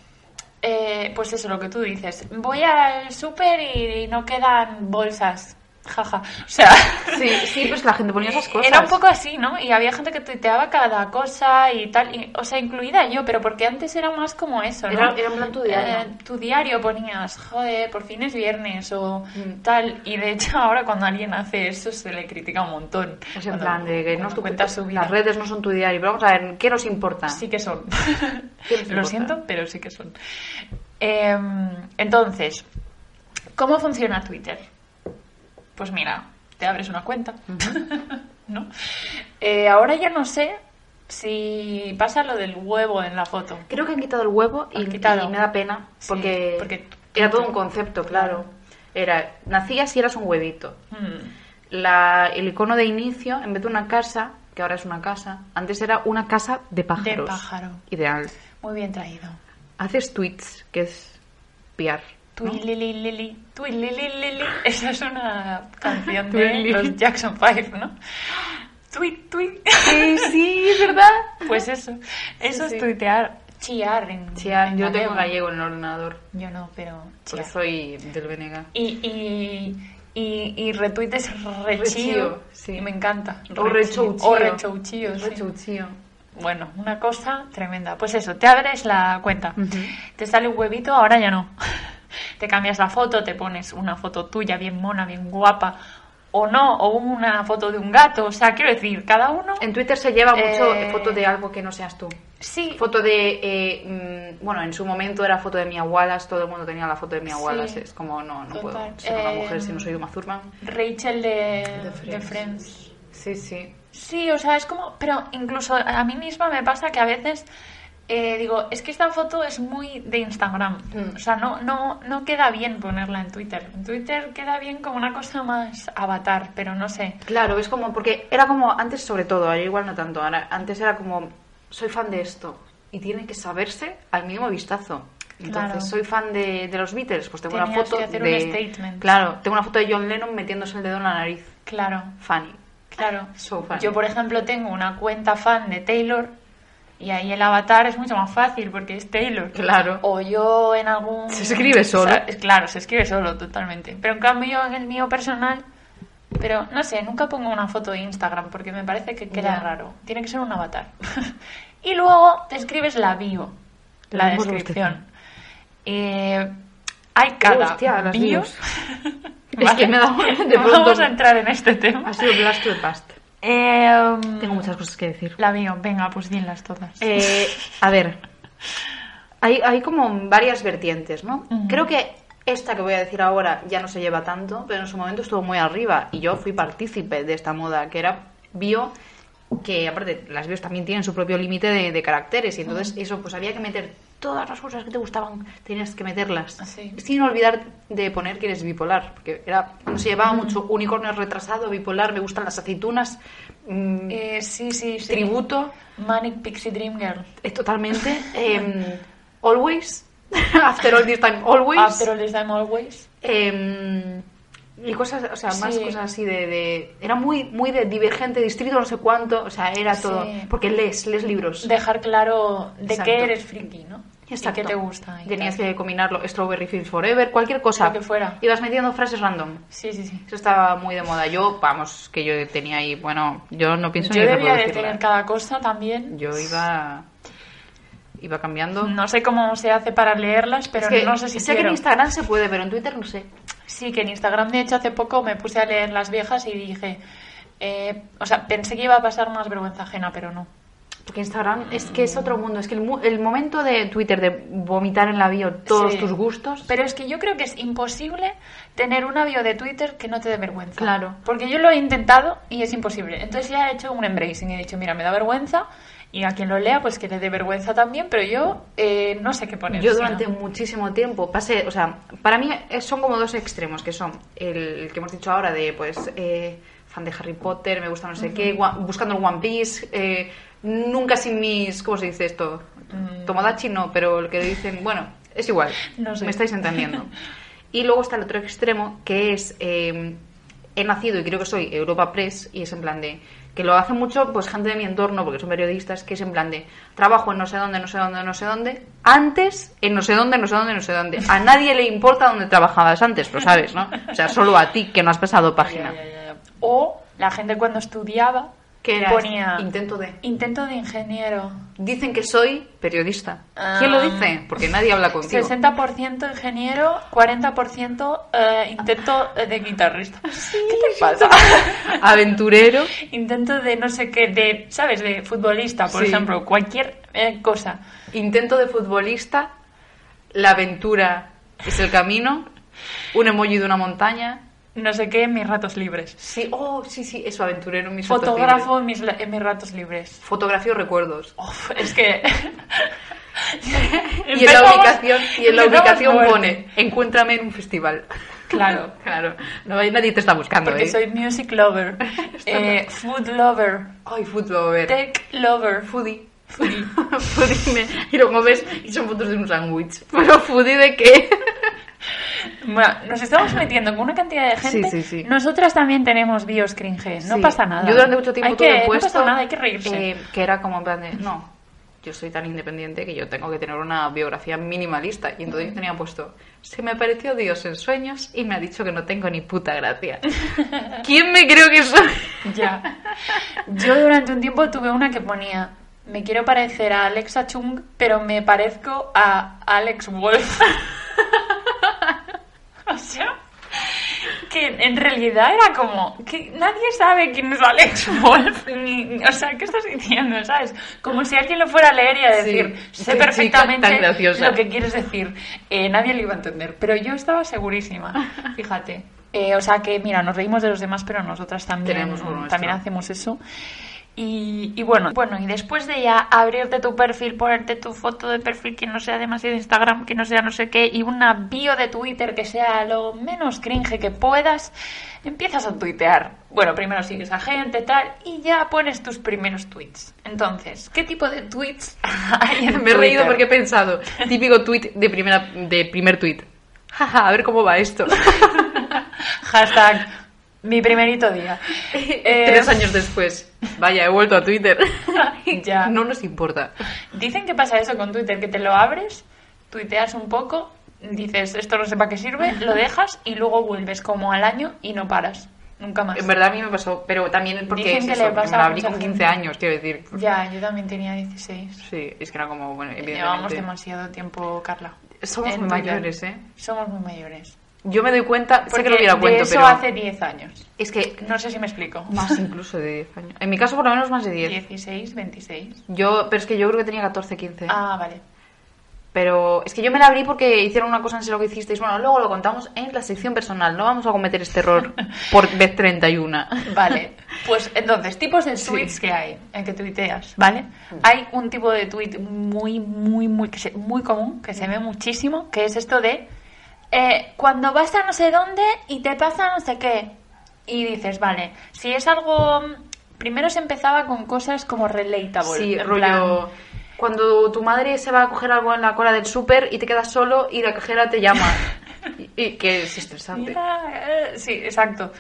[SPEAKER 1] eh, pues eso, lo que tú dices. Voy al súper y, no quedan bolsas. Jaja. O sea.
[SPEAKER 2] Sí, sí, pues la gente ponía esas cosas.
[SPEAKER 1] Era un poco así, ¿no? Y había gente que tuiteaba cada cosa y tal, y- o sea, incluida yo, pero porque antes era más como eso, ¿no?
[SPEAKER 2] Era- era en plan tu diario.
[SPEAKER 1] Eh, tu diario ponías, joder, por fin es viernes o
[SPEAKER 2] Mm.
[SPEAKER 1] tal, y de hecho ahora cuando alguien hace eso se le critica un montón.
[SPEAKER 2] Es en
[SPEAKER 1] Cuando-
[SPEAKER 2] plan de que no
[SPEAKER 1] cuando
[SPEAKER 2] es tu
[SPEAKER 1] cuenta
[SPEAKER 2] cuenta
[SPEAKER 1] su vida.
[SPEAKER 2] Las redes no son tu diario. Pero vamos a ver, ¿qué nos importa?
[SPEAKER 1] Sí que son.
[SPEAKER 2] ¿Qué les
[SPEAKER 1] Lo
[SPEAKER 2] importa?
[SPEAKER 1] siento, pero sí que son. Eh, entonces, ¿cómo funciona Twitter? Pues mira, te abres una cuenta, ¿no? Eh, ahora ya no sé si pasa lo del huevo en la foto.
[SPEAKER 2] Creo que han quitado el huevo y,
[SPEAKER 1] Han quitado.
[SPEAKER 2] y me da pena.
[SPEAKER 1] Sí,
[SPEAKER 2] Porque,
[SPEAKER 1] porque-
[SPEAKER 2] era todo un concepto, claro. Era, nacías y eras un huevito.
[SPEAKER 1] Hmm,
[SPEAKER 2] La- el icono de inicio, en vez de una casa, que ahora es una casa, antes era una casa de pájaros.
[SPEAKER 1] pájaro.
[SPEAKER 2] Ideal.
[SPEAKER 1] muy bien traído.
[SPEAKER 2] Haces tweets, que es piar. ¿no?
[SPEAKER 1] Tuilililili, tuilililili. Esa es una canción de
[SPEAKER 2] Tuilili.
[SPEAKER 1] los Jackson 5, ¿no? Tweet, tweet.
[SPEAKER 2] Sí, sí, es ¿verdad?
[SPEAKER 1] Pues eso. Eso
[SPEAKER 2] Sí,
[SPEAKER 1] es
[SPEAKER 2] sí.
[SPEAKER 1] tuitear. Chiar en,
[SPEAKER 2] Sí, ah,
[SPEAKER 1] en
[SPEAKER 2] yo tengo gallego en el ordenador,
[SPEAKER 1] Yo no, pero
[SPEAKER 2] porque
[SPEAKER 1] chiar.
[SPEAKER 2] soy del Benega.
[SPEAKER 1] Y, y, y, y retuites rechío.
[SPEAKER 2] Rechío, sí.
[SPEAKER 1] Me encanta.
[SPEAKER 2] O rechouchío.
[SPEAKER 1] O rechouchío, sí.
[SPEAKER 2] Rechouchío.
[SPEAKER 1] Bueno, una cosa tremenda. Pues eso, te abres la cuenta.
[SPEAKER 2] Ujú.
[SPEAKER 1] Te sale un huevito, ahora ya no. Te cambias la foto, te pones una foto tuya bien mona, bien guapa. O no, o una foto de un gato. O sea, quiero decir, cada uno...
[SPEAKER 2] En Twitter se lleva mucho
[SPEAKER 1] Eh,
[SPEAKER 2] foto de algo que no seas tú.
[SPEAKER 1] Sí,
[SPEAKER 2] Foto de. eh, mm, bueno, en su momento era foto de Mia Wallace, todo el mundo tenía la foto de Mia
[SPEAKER 1] Sí.
[SPEAKER 2] Wallace. Es como, no, no
[SPEAKER 1] Total.
[SPEAKER 2] puedo ser una
[SPEAKER 1] Eh,
[SPEAKER 2] mujer si no soy Uma Thurman.
[SPEAKER 1] Rachel de,
[SPEAKER 2] De
[SPEAKER 1] de
[SPEAKER 2] Friends.
[SPEAKER 1] Friends.
[SPEAKER 2] Sí, sí.
[SPEAKER 1] Sí, o sea, es como, pero incluso a mí misma me pasa que a veces eh, digo, es que esta foto es muy de Instagram,
[SPEAKER 2] Mm.
[SPEAKER 1] o sea, no, no, no queda bien ponerla en Twitter. En Twitter queda bien como una cosa más avatar, pero no sé.
[SPEAKER 2] Claro, es como, porque era como antes sobre todo, ahora igual no tanto, ahora, antes era como, soy fan de esto y tiene que saberse al mínimo vistazo. Entonces,
[SPEAKER 1] Claro.
[SPEAKER 2] soy fan de, de los Beatles, pues tengo una
[SPEAKER 1] Tenías
[SPEAKER 2] foto
[SPEAKER 1] que hacer un
[SPEAKER 2] de...
[SPEAKER 1] statement.
[SPEAKER 2] Claro, tengo una foto de John Lennon metiéndose el dedo en la nariz.
[SPEAKER 1] Claro,
[SPEAKER 2] Fanny.
[SPEAKER 1] claro.
[SPEAKER 2] So funny.
[SPEAKER 1] Yo, por ejemplo, tengo una cuenta fan de Taylor y ahí el avatar es mucho más fácil porque es Taylor.
[SPEAKER 2] Claro.
[SPEAKER 1] O yo en algún...
[SPEAKER 2] Se escribe solo.
[SPEAKER 1] O sea, es- claro, se escribe solo, totalmente. Pero en cambio yo en el mío personal... Pero no sé, nunca pongo una foto de Instagram porque me parece que queda
[SPEAKER 2] Ya.
[SPEAKER 1] raro. Tiene que ser un avatar. y luego te escribes la bio, la
[SPEAKER 2] Tenemos
[SPEAKER 1] descripción. Eh, hay cada
[SPEAKER 2] Hostia, las
[SPEAKER 1] bio.
[SPEAKER 2] bios. Es que me da- de
[SPEAKER 1] Vamos
[SPEAKER 2] pronto-
[SPEAKER 1] a entrar en este tema.
[SPEAKER 2] Ha sido blast de past.
[SPEAKER 1] Eh,
[SPEAKER 2] Tengo muchas cosas que decir.
[SPEAKER 1] La veo, venga, pues dilas todas.
[SPEAKER 2] Eh, a ver, hay, hay como varias vertientes, ¿no?
[SPEAKER 1] Ujú.
[SPEAKER 2] Creo que esta que voy a decir ahora ya no se lleva tanto, pero en su momento estuvo muy arriba y yo fui partícipe de esta moda, que era bio, que aparte las bios también tienen su propio límite de, de caracteres y entonces eso pues había que meter todas las cosas que te gustaban, tenías que meterlas,
[SPEAKER 1] Ah, Sí.
[SPEAKER 2] sin olvidar de poner que eres bipolar, porque era, no se llevaba mucho unicornio retrasado, bipolar, me gustan las aceitunas, mm,
[SPEAKER 1] Eh, sí, sí, sí.
[SPEAKER 2] tributo.
[SPEAKER 1] Manic Pixie Dream Girl.
[SPEAKER 2] Eh, Totalmente. Em, always. After all this time, always.
[SPEAKER 1] After all this time always.
[SPEAKER 2] Em, y cosas, o sea, más
[SPEAKER 1] Sí.
[SPEAKER 2] cosas así de, de- Era muy muy de divergente, distrito, no sé cuánto. O sea, era
[SPEAKER 1] Sí.
[SPEAKER 2] todo. Porque lees, lees libros.
[SPEAKER 1] Dejar claro de
[SPEAKER 2] Exacto.
[SPEAKER 1] qué eres friki, ¿no?
[SPEAKER 2] Exacto.
[SPEAKER 1] Y qué te gusta. y
[SPEAKER 2] Tenías
[SPEAKER 1] tal.
[SPEAKER 2] que combinarlo. Strawberry Fields Forever, cualquier cosa.
[SPEAKER 1] Lo que fuera.
[SPEAKER 2] Ibas metiendo frases random.
[SPEAKER 1] Sí, sí, sí.
[SPEAKER 2] Eso estaba muy de moda. Yo, vamos, que yo tenía ahí. Bueno, yo no pienso
[SPEAKER 1] Yo
[SPEAKER 2] ni
[SPEAKER 1] debía de
[SPEAKER 2] reproducirla.
[SPEAKER 1] tener cada cosa también.
[SPEAKER 2] Yo iba. Iba cambiando.
[SPEAKER 1] No sé cómo se hace para leerlas, pero
[SPEAKER 2] Es que
[SPEAKER 1] no sé si
[SPEAKER 2] sé que
[SPEAKER 1] quiero.
[SPEAKER 2] en Instagram se puede, pero en Twitter no sé.
[SPEAKER 1] Sí, que en Instagram, de hecho, hace poco me puse a leer las viejas y dije... eh, o sea, pensé que iba a pasar más vergüenza ajena, pero no.
[SPEAKER 2] Porque Instagram es que es otro mundo. Es que el, mu- el momento de Twitter de vomitar en la bio todos
[SPEAKER 1] Sí.
[SPEAKER 2] tus gustos.
[SPEAKER 1] Pero es que yo creo que es imposible tener una bio de Twitter que no te dé vergüenza.
[SPEAKER 2] Claro.
[SPEAKER 1] Porque yo lo he intentado y es imposible. Entonces ya he hecho un embracing y he dicho, mira, me da vergüenza Y a quien lo lea, pues que le dé vergüenza también, pero yo eh, no sé qué poner.
[SPEAKER 2] Yo durante muchísimo tiempo pasé, o sea, para mí eh, son como dos extremos, que son el que hemos dicho ahora de, pues, eh, fan de Harry Potter, me gusta no sé qué, gua- buscando el One Piece, eh, nunca sin mis, ¿cómo se dice esto? Tomodachi no, pero el que dicen, bueno, es igual,
[SPEAKER 1] Mm. No sé.
[SPEAKER 2] me estáis entendiendo. Y luego está el otro extremo, que es, eh, he nacido y creo que soy Europa Press, y es en plan de, que lo hace mucho pues gente de mi entorno, porque son periodistas, que es en plan de, trabajo en no sé dónde, no sé dónde, no sé dónde, antes en no sé dónde, no sé dónde, no sé dónde. A nadie le importa dónde trabajabas antes, lo sabes, ¿no? O sea, solo a ti que no has pasado página.
[SPEAKER 1] Ya, ya, ya, ya. O la gente cuando estudiaba
[SPEAKER 2] ¿Qué era?
[SPEAKER 1] ponía
[SPEAKER 2] pues, Intento de.
[SPEAKER 1] intento de ingeniero.
[SPEAKER 2] Dicen que soy periodista. ¿Quién lo
[SPEAKER 1] Ah.
[SPEAKER 2] dice? Porque nadie habla contigo.
[SPEAKER 1] 60% ingeniero, 40% eh, intento de guitarrista. ¿Qué te pasa?
[SPEAKER 2] Aventurero.
[SPEAKER 1] intento de no sé qué, de, ¿sabes? De futbolista, por
[SPEAKER 2] Sí.
[SPEAKER 1] ejemplo, cualquier eh, cosa.
[SPEAKER 2] Intento de futbolista, la aventura es el camino, un emoji de una montaña.
[SPEAKER 1] No sé qué en mis ratos libres.
[SPEAKER 2] Sí, oh, sí, sí, eso, aventurero, mis fotos libres.
[SPEAKER 1] Fotógrafo en mis, la- en mis ratos libres.
[SPEAKER 2] Fotografío recuerdos.
[SPEAKER 1] Uf, es que...
[SPEAKER 2] Y en la
[SPEAKER 1] Empezamos-
[SPEAKER 2] ubicación, y en la
[SPEAKER 1] empezamos
[SPEAKER 2] ubicación
[SPEAKER 1] fuerte.
[SPEAKER 2] pone, encuéntrame en un festival.
[SPEAKER 1] Claro.
[SPEAKER 2] Claro, no, nadie te está buscando,
[SPEAKER 1] Porque
[SPEAKER 2] ¿eh?
[SPEAKER 1] soy music lover, eh, food lover,
[SPEAKER 2] Ay, fútbol,
[SPEAKER 1] tech lover,
[SPEAKER 2] foodie.
[SPEAKER 1] foodie.
[SPEAKER 2] Foodie me- Y luego ves, y son fotos de un sándwich. Pero foodie de qué?
[SPEAKER 1] Bueno, nos estamos metiendo con una cantidad de gente.
[SPEAKER 2] Sí, sí, sí.
[SPEAKER 1] Nosotras también tenemos bios cringe, no
[SPEAKER 2] Sí.
[SPEAKER 1] pasa nada.
[SPEAKER 2] Yo durante mucho tiempo
[SPEAKER 1] hay
[SPEAKER 2] tuve
[SPEAKER 1] que,
[SPEAKER 2] puesto,
[SPEAKER 1] No pasa nada, hay que reírse.
[SPEAKER 2] eh, que era como en plan de, no, yo soy tan independiente que yo tengo que tener una biografía minimalista. Y entonces yo tenía puesto, se me apareció Dios en sueños y me ha dicho que no tengo ni puta gracia. ¿Quién me creo que soy?
[SPEAKER 1] Ya. Yo durante un tiempo tuve una que ponía, me quiero parecer a Alexa Chung, pero me parezco a Alex Wolf. o sea, que en realidad era como, que nadie sabe quién es Alex Wolf, ni- o sea, ¿qué estás diciendo? ¿Sabes? Como si alguien lo fuera a leer y a
[SPEAKER 2] Sí,
[SPEAKER 1] decir, sé
[SPEAKER 2] qué
[SPEAKER 1] perfectamente
[SPEAKER 2] chica tan graciosa".
[SPEAKER 1] lo que quieres decir. Eh, nadie lo iba a entender, pero yo estaba segurísima, fíjate. Eh, o sea que, mira, nos reímos de los demás, pero nosotras también
[SPEAKER 2] Tenemos uno nuestro.
[SPEAKER 1] también hacemos eso. Y, y bueno, bueno, y después de ya abrirte tu perfil, ponerte tu foto de perfil que no sea demasiado Instagram, que no sea no sé qué, y una bio de Twitter que sea lo menos cringe que puedas, empiezas a tuitear. Bueno, primero sigues a gente, tal, y ya pones tus primeros tweets. Entonces, ¿qué tipo de tweets hay en
[SPEAKER 2] me he reído
[SPEAKER 1] Twitter?
[SPEAKER 2] porque he pensado, típico tweet de, primera, de primer tweet. Jaja, a ver cómo va esto.
[SPEAKER 1] Hashtag mi primerito día. Eh,
[SPEAKER 2] Tres años después. Vaya, he vuelto a Twitter.
[SPEAKER 1] Ya.
[SPEAKER 2] No nos importa.
[SPEAKER 1] Dicen que pasa eso con Twitter, que te lo abres, tuiteas un poco, dices esto no sé para qué sirve, lo dejas y luego vuelves como al año y no paras. Nunca más.
[SPEAKER 2] En verdad a mí me pasó, pero también porque
[SPEAKER 1] Dicen
[SPEAKER 2] es
[SPEAKER 1] que
[SPEAKER 2] eso,
[SPEAKER 1] le pasa
[SPEAKER 2] me la abrí
[SPEAKER 1] a mucha
[SPEAKER 2] con
[SPEAKER 1] gente.
[SPEAKER 2] 15 años, quiero decir.
[SPEAKER 1] Ya, yo también tenía 16.
[SPEAKER 2] Sí, es que era como, bueno,
[SPEAKER 1] Llevamos
[SPEAKER 2] evidentemente.
[SPEAKER 1] demasiado tiempo, Carla.
[SPEAKER 2] Somos
[SPEAKER 1] en
[SPEAKER 2] muy
[SPEAKER 1] Twitter.
[SPEAKER 2] mayores, ¿eh?
[SPEAKER 1] Somos muy mayores.
[SPEAKER 2] Yo me doy cuenta, sé que lo hubiera
[SPEAKER 1] de
[SPEAKER 2] cuento,
[SPEAKER 1] eso
[SPEAKER 2] pero
[SPEAKER 1] hace 10 años.
[SPEAKER 2] es que
[SPEAKER 1] No sé si me explico.
[SPEAKER 2] más incluso de 10 años. En mi caso por lo menos más de 10.
[SPEAKER 1] 16, 26.
[SPEAKER 2] Yo, pero es que yo creo que tenía 14, 15.
[SPEAKER 1] Ah, vale.
[SPEAKER 2] Pero es que yo me la abrí porque hicieron una cosa en sé lo que hicisteis. Bueno, luego lo contamos en la sección personal. No vamos a cometer este error por vez 31.
[SPEAKER 1] Vale, pues entonces, tipos de tweets que hay en que tuiteas, ¿vale?
[SPEAKER 2] Mm.
[SPEAKER 1] Hay un tipo de tweet muy, muy, muy, que se- muy común, que
[SPEAKER 2] Mm.
[SPEAKER 1] se ve muchísimo, que es esto de eh, cuando vas a no sé dónde y te pasa no sé qué. Y dices, vale, si es algo. Primero se empezaba con cosas como relatable.
[SPEAKER 2] Sí,
[SPEAKER 1] en
[SPEAKER 2] rollo.
[SPEAKER 1] plan,
[SPEAKER 2] Cuando tu madre se va a coger algo en la cola del súper y te quedas solo y la cajera te llama. y, y que es estresante.
[SPEAKER 1] "Mira, eh", sí, exacto.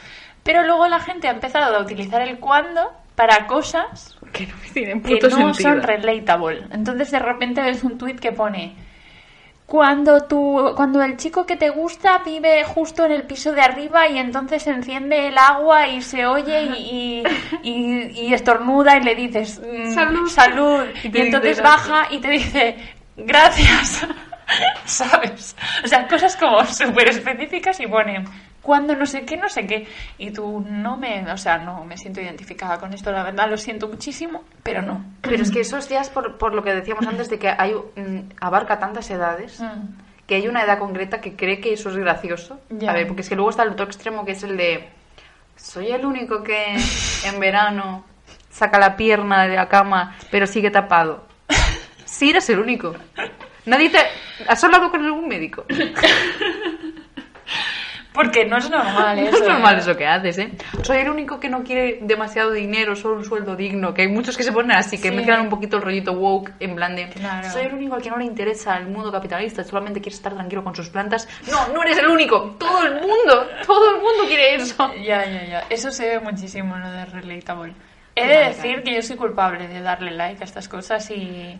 [SPEAKER 1] Pero luego la gente ha empezado a utilizar el cuando para cosas
[SPEAKER 2] Que no tienen
[SPEAKER 1] que no son relatable. Entonces de repente ves un tuit que pone cuando tú, cuando el chico que te gusta vive justo en el piso de arriba y entonces se enciende el agua y se oye y, y- y- y estornuda y le dices mm,
[SPEAKER 2] Salud.
[SPEAKER 1] salud.
[SPEAKER 2] Y
[SPEAKER 1] y,
[SPEAKER 2] te dice
[SPEAKER 1] entonces
[SPEAKER 2] gracias.
[SPEAKER 1] baja Ah, y te dice gracias, ¿sabes? O sea, cosas como súper específicas y ponen cuando no sé qué, no sé qué. Y tú no me, o sea, no me siento identificada con esto, la verdad lo siento muchísimo, pero no.
[SPEAKER 2] Pero es que eso ya es por, por lo que decíamos antes de que hay, mm, abarca tantas edades
[SPEAKER 1] Mm.
[SPEAKER 2] que hay una edad concreta que cree que eso es gracioso.
[SPEAKER 1] Ya.
[SPEAKER 2] A ver, porque es que luego está el otro extremo que es el de soy el único que en verano saca la pierna de la cama, pero sigue tapado. Sí, eres el único. Nadie te... ¿Has hablado con algún médico?
[SPEAKER 1] Porque no es normal
[SPEAKER 2] No
[SPEAKER 1] eso.
[SPEAKER 2] es normal
[SPEAKER 1] ¿eh?
[SPEAKER 2] eso que haces, ¿eh? Soy el único que no quiere demasiado dinero, solo un sueldo digno, que hay muchos que se ponen así, que
[SPEAKER 1] Sí.
[SPEAKER 2] mezclan un poquito el rollito woke en plan de...
[SPEAKER 1] Claro.
[SPEAKER 2] Soy el único al que no le interesa el mundo capitalista, solamente quiere estar tranquilo con sus plantas. No, no eres el único, todo el mundo, todo el mundo quiere eso.
[SPEAKER 1] Ya, ya, ya. Eso se ve muchísimo lo de Relatable. He
[SPEAKER 2] Qué
[SPEAKER 1] de
[SPEAKER 2] marca.
[SPEAKER 1] decir que yo soy culpable de darle like a estas cosas y,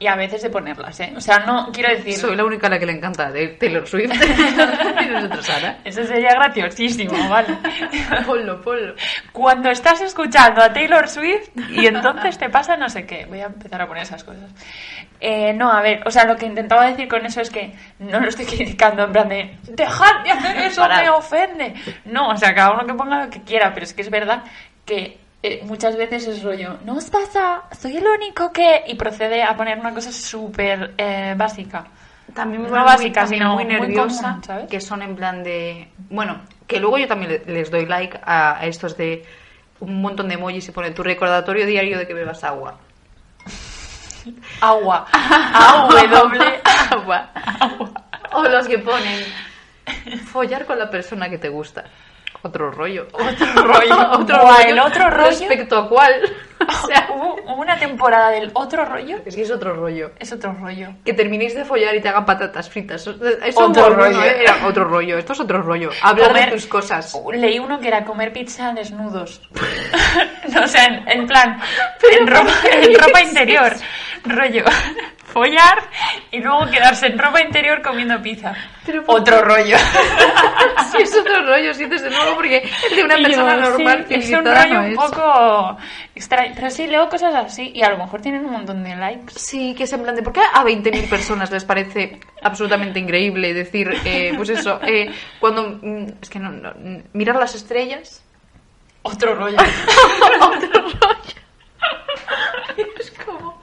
[SPEAKER 1] y a veces de ponerlas, ¿eh? O sea, no quiero decir...
[SPEAKER 2] Soy la única a la que le encanta de Taylor Swift. y nosotros, Ana.
[SPEAKER 1] Eso sería graciosísimo, ¿vale?
[SPEAKER 2] Ponlo, ponlo.
[SPEAKER 1] Cuando estás escuchando a Taylor Swift y entonces te pasa no sé qué. Voy a empezar a poner esas cosas. Eh, no, a ver, o sea, lo que intentaba decir con eso es que no lo estoy criticando en plan de dejad de hacer eso,
[SPEAKER 2] Parad.
[SPEAKER 1] me ofende. No, o sea, cada uno que ponga lo que quiera, pero es que es verdad que eh, muchas veces es rollo, no os pasa, soy el único que... Y procede a poner una cosa súper eh, básica.
[SPEAKER 2] También me
[SPEAKER 1] No
[SPEAKER 2] pone
[SPEAKER 1] básica,
[SPEAKER 2] muy, también
[SPEAKER 1] sino
[SPEAKER 2] muy
[SPEAKER 1] muy
[SPEAKER 2] nerviosa,
[SPEAKER 1] común, ¿sabes?
[SPEAKER 2] que son en plan de... Bueno, que luego yo también le- les doy like a, a estos de un montón de emojis y pone tu recordatorio diario de que bebas agua.
[SPEAKER 1] Agua. Agua, Ah, doble.
[SPEAKER 2] agua. O los que ponen follar con la persona que te gusta. Otro rollo. Otro
[SPEAKER 1] rollo.
[SPEAKER 2] Otro
[SPEAKER 1] Buah,
[SPEAKER 2] rollo.
[SPEAKER 1] el otro rollo.
[SPEAKER 2] Respecto a cuál. O sea,
[SPEAKER 1] Hubo hubo una temporada del otro rollo.
[SPEAKER 2] es que es otro rollo.
[SPEAKER 1] Es otro rollo.
[SPEAKER 2] Que terminéis de follar y te hagan patatas fritas. Es
[SPEAKER 1] Otro rollo.
[SPEAKER 2] Era otro rollo. Esto es otro rollo. Hablar de tus cosas.
[SPEAKER 1] Leí uno que era comer pizza desnudos. no, o sea, en, en plan,
[SPEAKER 2] Pero
[SPEAKER 1] en
[SPEAKER 2] ¿por
[SPEAKER 1] ropa,
[SPEAKER 2] qué
[SPEAKER 1] en ropa
[SPEAKER 2] dices
[SPEAKER 1] interior. Rollo, follar y luego quedarse en ropa interior comiendo pizza.
[SPEAKER 2] Pero ¿por
[SPEAKER 1] Otro rollo.
[SPEAKER 2] Sí, es otro rollo. Sientes de nuevo porque es de una
[SPEAKER 1] Y yo,
[SPEAKER 2] persona
[SPEAKER 1] sí,
[SPEAKER 2] normal.
[SPEAKER 1] es un
[SPEAKER 2] civilizada,
[SPEAKER 1] rollo
[SPEAKER 2] no
[SPEAKER 1] un
[SPEAKER 2] es.
[SPEAKER 1] poco extraño. Pero sí, leo cosas así y a lo mejor tienen un montón de likes.
[SPEAKER 2] Sí, que es en plan de, ¿por qué a 20.000 personas les parece absolutamente increíble decir, eh, pues eso, eh, cuando, mm, es que no, no, mm, mirar las estrellas?
[SPEAKER 1] Otro rollo.
[SPEAKER 2] Es como...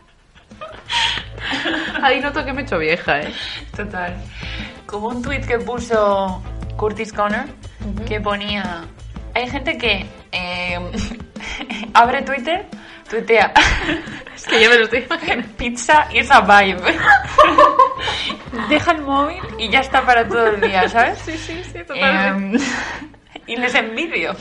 [SPEAKER 2] Ahí noto que me he hecho vieja, ¿eh?
[SPEAKER 1] Total. Como un tweet que puso Curtis Conner,
[SPEAKER 2] Ujú.
[SPEAKER 1] que ponía... Hay gente que eh, abre Twitter, tuitea
[SPEAKER 2] Es que ya me lo estoy imaginando.
[SPEAKER 1] pizza y esa vibe. Deja el móvil y ya está para todo el día, ¿sabes?
[SPEAKER 2] Sí, sí, sí,
[SPEAKER 1] Em, y les envidio.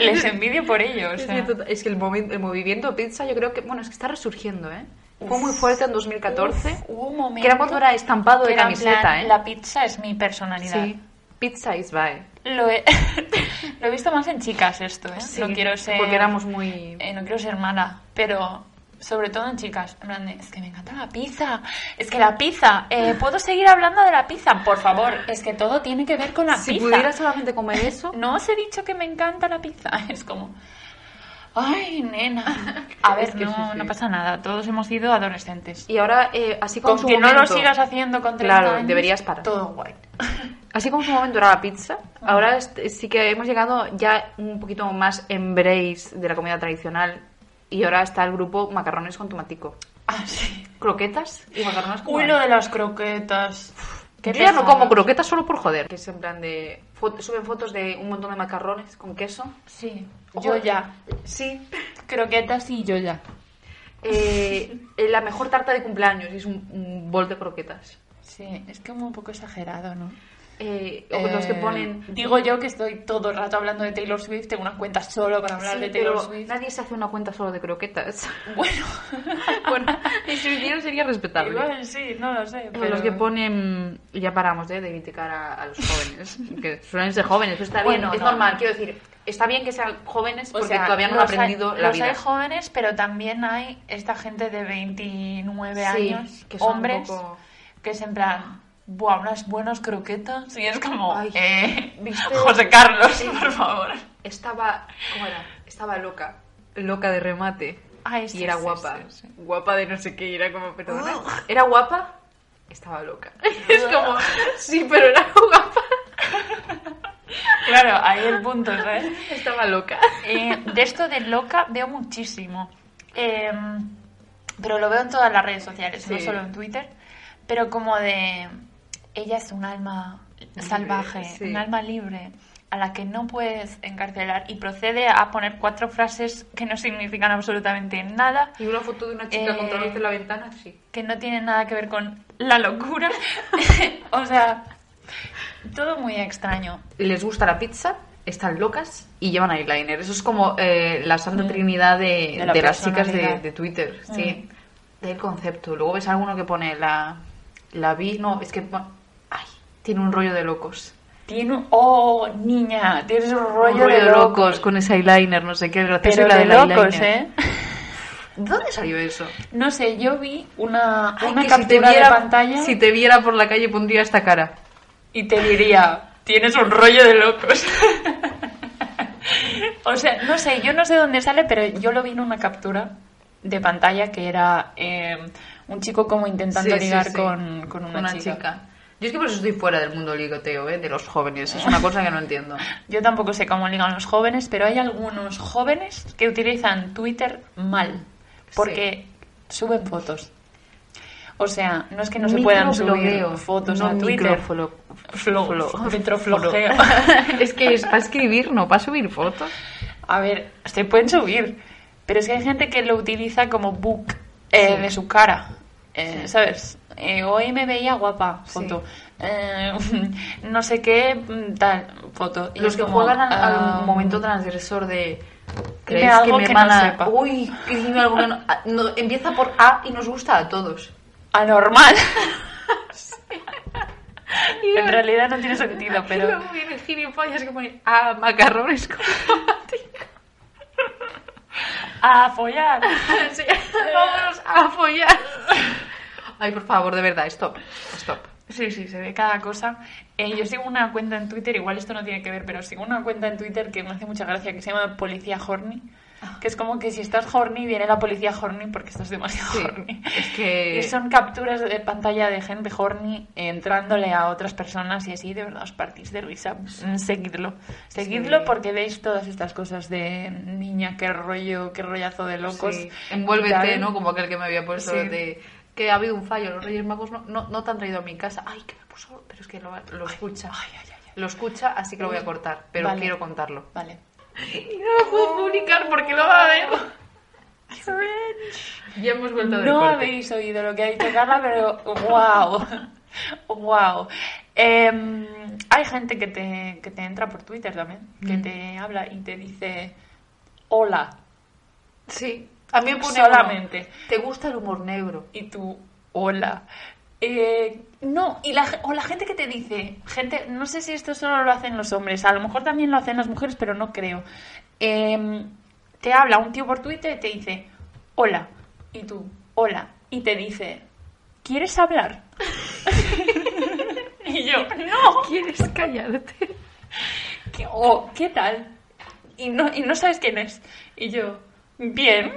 [SPEAKER 1] Les envidio por ello. o
[SPEAKER 2] Sí,
[SPEAKER 1] sea.
[SPEAKER 2] sí, total. Es que el, movi- el movimiento pizza yo creo que, bueno, es que está resurgiendo, ¿eh? Fue muy fuerte en 2014,
[SPEAKER 1] Uf, hubo un momento
[SPEAKER 2] que era cuando era estampado
[SPEAKER 1] que
[SPEAKER 2] de
[SPEAKER 1] era en
[SPEAKER 2] camiseta,
[SPEAKER 1] plan,
[SPEAKER 2] ¿eh?
[SPEAKER 1] La pizza es mi personalidad.
[SPEAKER 2] Sí, pizza is bye.
[SPEAKER 1] Lo he, lo he visto más en chicas esto, ¿eh? no quiero ser...
[SPEAKER 2] Porque éramos muy...
[SPEAKER 1] eh, no quiero ser mala, pero sobre todo en chicas. En plan de, es que me encanta la pizza. Es que la pizza.
[SPEAKER 2] Ah.
[SPEAKER 1] eh, ¿Puedo seguir hablando de la pizza? Por favor, es que todo tiene que ver con la
[SPEAKER 2] Si
[SPEAKER 1] pizza.
[SPEAKER 2] pudiera solamente comer eso,
[SPEAKER 1] No os he dicho que me encanta la pizza. Es como... Ay, nena. A ver,
[SPEAKER 2] Es que
[SPEAKER 1] no,
[SPEAKER 2] sí, sí.
[SPEAKER 1] no pasa nada. Todos hemos sido adolescentes.
[SPEAKER 2] y ahora eh, así como
[SPEAKER 1] Con
[SPEAKER 2] en su
[SPEAKER 1] que no lo
[SPEAKER 2] momento-
[SPEAKER 1] sigas haciendo con 30
[SPEAKER 2] Claro,
[SPEAKER 1] años,
[SPEAKER 2] deberías parar.
[SPEAKER 1] Todo guay.
[SPEAKER 2] Así como en su momento era la pizza,
[SPEAKER 1] Ah.
[SPEAKER 2] ahora est- sí que hemos llegado ya un poquito más embrace de la comida tradicional y ahora está el grupo macarrones con tomatico.
[SPEAKER 1] Ah, sí.
[SPEAKER 2] Croquetas y macarrones con
[SPEAKER 1] Uy, lo de las croquetas. Qué
[SPEAKER 2] Yo ya no
[SPEAKER 1] pesado.
[SPEAKER 2] como croquetas solo por joder. Que es en plan de... fo- suben fotos de un montón de macarrones con queso.
[SPEAKER 1] Sí, yo ya.
[SPEAKER 2] Sí.
[SPEAKER 1] Croquetas y yo ya.
[SPEAKER 2] Eh, eh, la mejor tarta de cumpleaños y es un, un bol de croquetas.
[SPEAKER 1] Sí, es como un poco exagerado, ¿no?
[SPEAKER 2] Eh, o los que
[SPEAKER 1] Eh,
[SPEAKER 2] ponen...
[SPEAKER 1] Digo yo que estoy todo el rato hablando de Taylor Swift, tengo una cuenta solo para hablar
[SPEAKER 2] Sí,
[SPEAKER 1] de
[SPEAKER 2] pero
[SPEAKER 1] Taylor Swift.
[SPEAKER 2] nadie se hace una cuenta solo de croquetas.
[SPEAKER 1] Bueno,
[SPEAKER 2] bueno, y si lo hicieran sería respetable.
[SPEAKER 1] igual sí, no lo sé.
[SPEAKER 2] O
[SPEAKER 1] Pero
[SPEAKER 2] Los que ponen... Ya paramos ¿eh? de criticar a, a los jóvenes, que suelen ser jóvenes, pero está bien,
[SPEAKER 1] Bueno,
[SPEAKER 2] es
[SPEAKER 1] no.
[SPEAKER 2] normal, quiero decir, está bien que sean jóvenes
[SPEAKER 1] O
[SPEAKER 2] porque
[SPEAKER 1] sea,
[SPEAKER 2] todavía no han
[SPEAKER 1] los hay-
[SPEAKER 2] aprendido la
[SPEAKER 1] los
[SPEAKER 2] vida.
[SPEAKER 1] hay jóvenes, pero también hay esta gente de 29
[SPEAKER 2] Sí,
[SPEAKER 1] años,
[SPEAKER 2] que son un
[SPEAKER 1] hombres,
[SPEAKER 2] poco-
[SPEAKER 1] que es en plan, ¡buah, unas buenas croquetas! Y es como,
[SPEAKER 2] Ay,
[SPEAKER 1] eh,
[SPEAKER 2] ¿viste?
[SPEAKER 1] José Carlos,
[SPEAKER 2] Sí.
[SPEAKER 1] por favor.
[SPEAKER 2] Estaba, ¿cómo era? Estaba loca, loca de remate.
[SPEAKER 1] Ay, sí,
[SPEAKER 2] y era
[SPEAKER 1] sí,
[SPEAKER 2] guapa,
[SPEAKER 1] sí, sí.
[SPEAKER 2] guapa de no sé qué, y era como, perdona. ¿Era guapa? Estaba loca. es como, sí, pero era guapa,
[SPEAKER 1] Claro, ahí el punto, ¿sabes?
[SPEAKER 2] estaba loca.
[SPEAKER 1] Eh, de esto de loca veo muchísimo. Eh, pero lo veo en todas las redes sociales, no
[SPEAKER 2] Sí.
[SPEAKER 1] solo en Twitter. Pero como de. Ella es un alma salvaje,
[SPEAKER 2] sí.
[SPEAKER 1] un alma libre. a la que no puedes encarcelar y procede a poner cuatro frases que no significan absolutamente nada,
[SPEAKER 2] Y una foto de una chica
[SPEAKER 1] Eh,
[SPEAKER 2] con controlándose la ventana, sí.
[SPEAKER 1] que no tienen nada que ver con la locura. o sea, todo muy extraño.
[SPEAKER 2] Les gusta la pizza, están locas y llevan eyeliner. Eso es como eh, la santa trinidad de,
[SPEAKER 1] Mm. De la
[SPEAKER 2] de las chicas de,
[SPEAKER 1] personalidad. Mm.
[SPEAKER 2] de Twitter, sí. Del concepto. Luego ves alguno que pone la, la vi, no, es que, bueno, ay, tiene un rollo de locos.
[SPEAKER 1] Tiene un... ¡Oh, niña! Tienes un rollo,
[SPEAKER 2] un rollo de locos,
[SPEAKER 1] locos.
[SPEAKER 2] con ese eyeliner, no sé qué, el gracioso
[SPEAKER 1] Pero
[SPEAKER 2] y la
[SPEAKER 1] de
[SPEAKER 2] del
[SPEAKER 1] locos,
[SPEAKER 2] eyeliner.
[SPEAKER 1] ¿eh?
[SPEAKER 2] ¿Dónde salió eso?
[SPEAKER 1] No sé, yo vi una,
[SPEAKER 2] Ay,
[SPEAKER 1] una
[SPEAKER 2] que si te
[SPEAKER 1] captura
[SPEAKER 2] viera-
[SPEAKER 1] de pantalla
[SPEAKER 2] Si te viera por la calle pondría esta cara.
[SPEAKER 1] y te diría, tienes un rollo de locos. o sea, no sé, yo no sé dónde sale, pero yo lo vi en una captura de pantalla que era eh, un chico como intentando
[SPEAKER 2] Sí, sí,
[SPEAKER 1] ligar
[SPEAKER 2] sí.
[SPEAKER 1] Con, con una, chica.
[SPEAKER 2] Yo es que por eso estoy fuera del mundo ligoteo, ¿eh? de los jóvenes. Es una cosa que no entiendo.
[SPEAKER 1] Yo tampoco sé cómo ligan los jóvenes, pero hay algunos jóvenes que utilizan Twitter mal, porque suben fotos. O sea, no es que no se puedan subir
[SPEAKER 2] Microflogueo,
[SPEAKER 1] fotos
[SPEAKER 2] no
[SPEAKER 1] a Twitter.
[SPEAKER 2] microflo-
[SPEAKER 1] Flo-
[SPEAKER 2] flo-
[SPEAKER 1] microflojeo.
[SPEAKER 2] flo. es que es para escribir, no para subir fotos.
[SPEAKER 1] A ver, se pueden subir, pero es que hay gente que lo utiliza como book eh,
[SPEAKER 2] Sí.
[SPEAKER 1] de su cara, eh, ¿sabes? Eh, hoy me veía guapa, foto. Eh, no sé qué, mm, tal, foto. Y
[SPEAKER 2] Los
[SPEAKER 1] es
[SPEAKER 2] que
[SPEAKER 1] como,
[SPEAKER 2] juegan al, al
[SPEAKER 1] ah,
[SPEAKER 2] momento transgresor de...
[SPEAKER 1] Dime
[SPEAKER 2] ¿Crees que
[SPEAKER 1] algo
[SPEAKER 2] mi
[SPEAKER 1] que no
[SPEAKER 2] hermana...
[SPEAKER 1] sepa".
[SPEAKER 2] Uy, que dime algo que no... Ah, no, Empieza por A y nos gusta a todos.
[SPEAKER 1] anormal. en realidad no tiene sentido, pero
[SPEAKER 2] viene gilipollas que pone A, macarrones con
[SPEAKER 1] a follar.
[SPEAKER 2] Sí, vámonos a follar. Ay, por favor, de verdad, stop, stop.
[SPEAKER 1] Sí, sí, se ve cada cosa. Eh, yo sigo una cuenta en Twitter, igual esto no tiene que ver, pero sigo una cuenta en Twitter que me hace mucha gracia, que se llama Policía Horny.
[SPEAKER 2] Ah.
[SPEAKER 1] Que es como que si estás horny, viene la policía horny porque estás demasiado
[SPEAKER 2] Sí,
[SPEAKER 1] horny.
[SPEAKER 2] es que-
[SPEAKER 1] Y son capturas de pantalla de gente horny entrándole a otras personas y así, de verdad, os partís de risa. Mm, Seguidlo. Seguidlo
[SPEAKER 2] Sí.
[SPEAKER 1] porque veis todas estas cosas de niña, qué rollo, qué rollazo de locos.
[SPEAKER 2] Sí, Envuélvete,
[SPEAKER 1] y tal.
[SPEAKER 2] ¿no? Como aquel que me había puesto
[SPEAKER 1] Sí.
[SPEAKER 2] de que ha habido un fallo, los Reyes Magos no, no, no te han traído a mi casa. Ay, que me puso, pero es que lo, lo escucha.
[SPEAKER 1] Ay, ay, ay, ay.
[SPEAKER 2] Lo escucha, así que lo voy a cortar, pero
[SPEAKER 1] Vale.
[SPEAKER 2] quiero contarlo.
[SPEAKER 1] Vale.
[SPEAKER 2] Y no lo puedo publicar porque lo va a ver. Ya hemos vuelto del
[SPEAKER 1] No
[SPEAKER 2] corte.
[SPEAKER 1] habéis oído lo que ha dicho Carla, pero wow. Wow. Em, hay gente que te, que te entra por Twitter también, que
[SPEAKER 2] Mm.
[SPEAKER 1] te habla y te dice hola.
[SPEAKER 2] Sí, a mí me pone
[SPEAKER 1] Solamente.
[SPEAKER 2] uno, ¿Te gusta el humor negro?
[SPEAKER 1] Y tú, hola. Eh, no, y la, o la gente que te dice, gente, no sé si esto solo lo hacen los hombres, a lo mejor también lo hacen las mujeres, pero no creo. Eh, te habla un tío por Twitter y te dice, hola, y tú, hola, y te dice, ¿quieres hablar? y yo, no.
[SPEAKER 2] ¿Quieres callarte?
[SPEAKER 1] ¿qué, o, ¿qué tal? Y no, y no sabes quién es. Y yo, bien,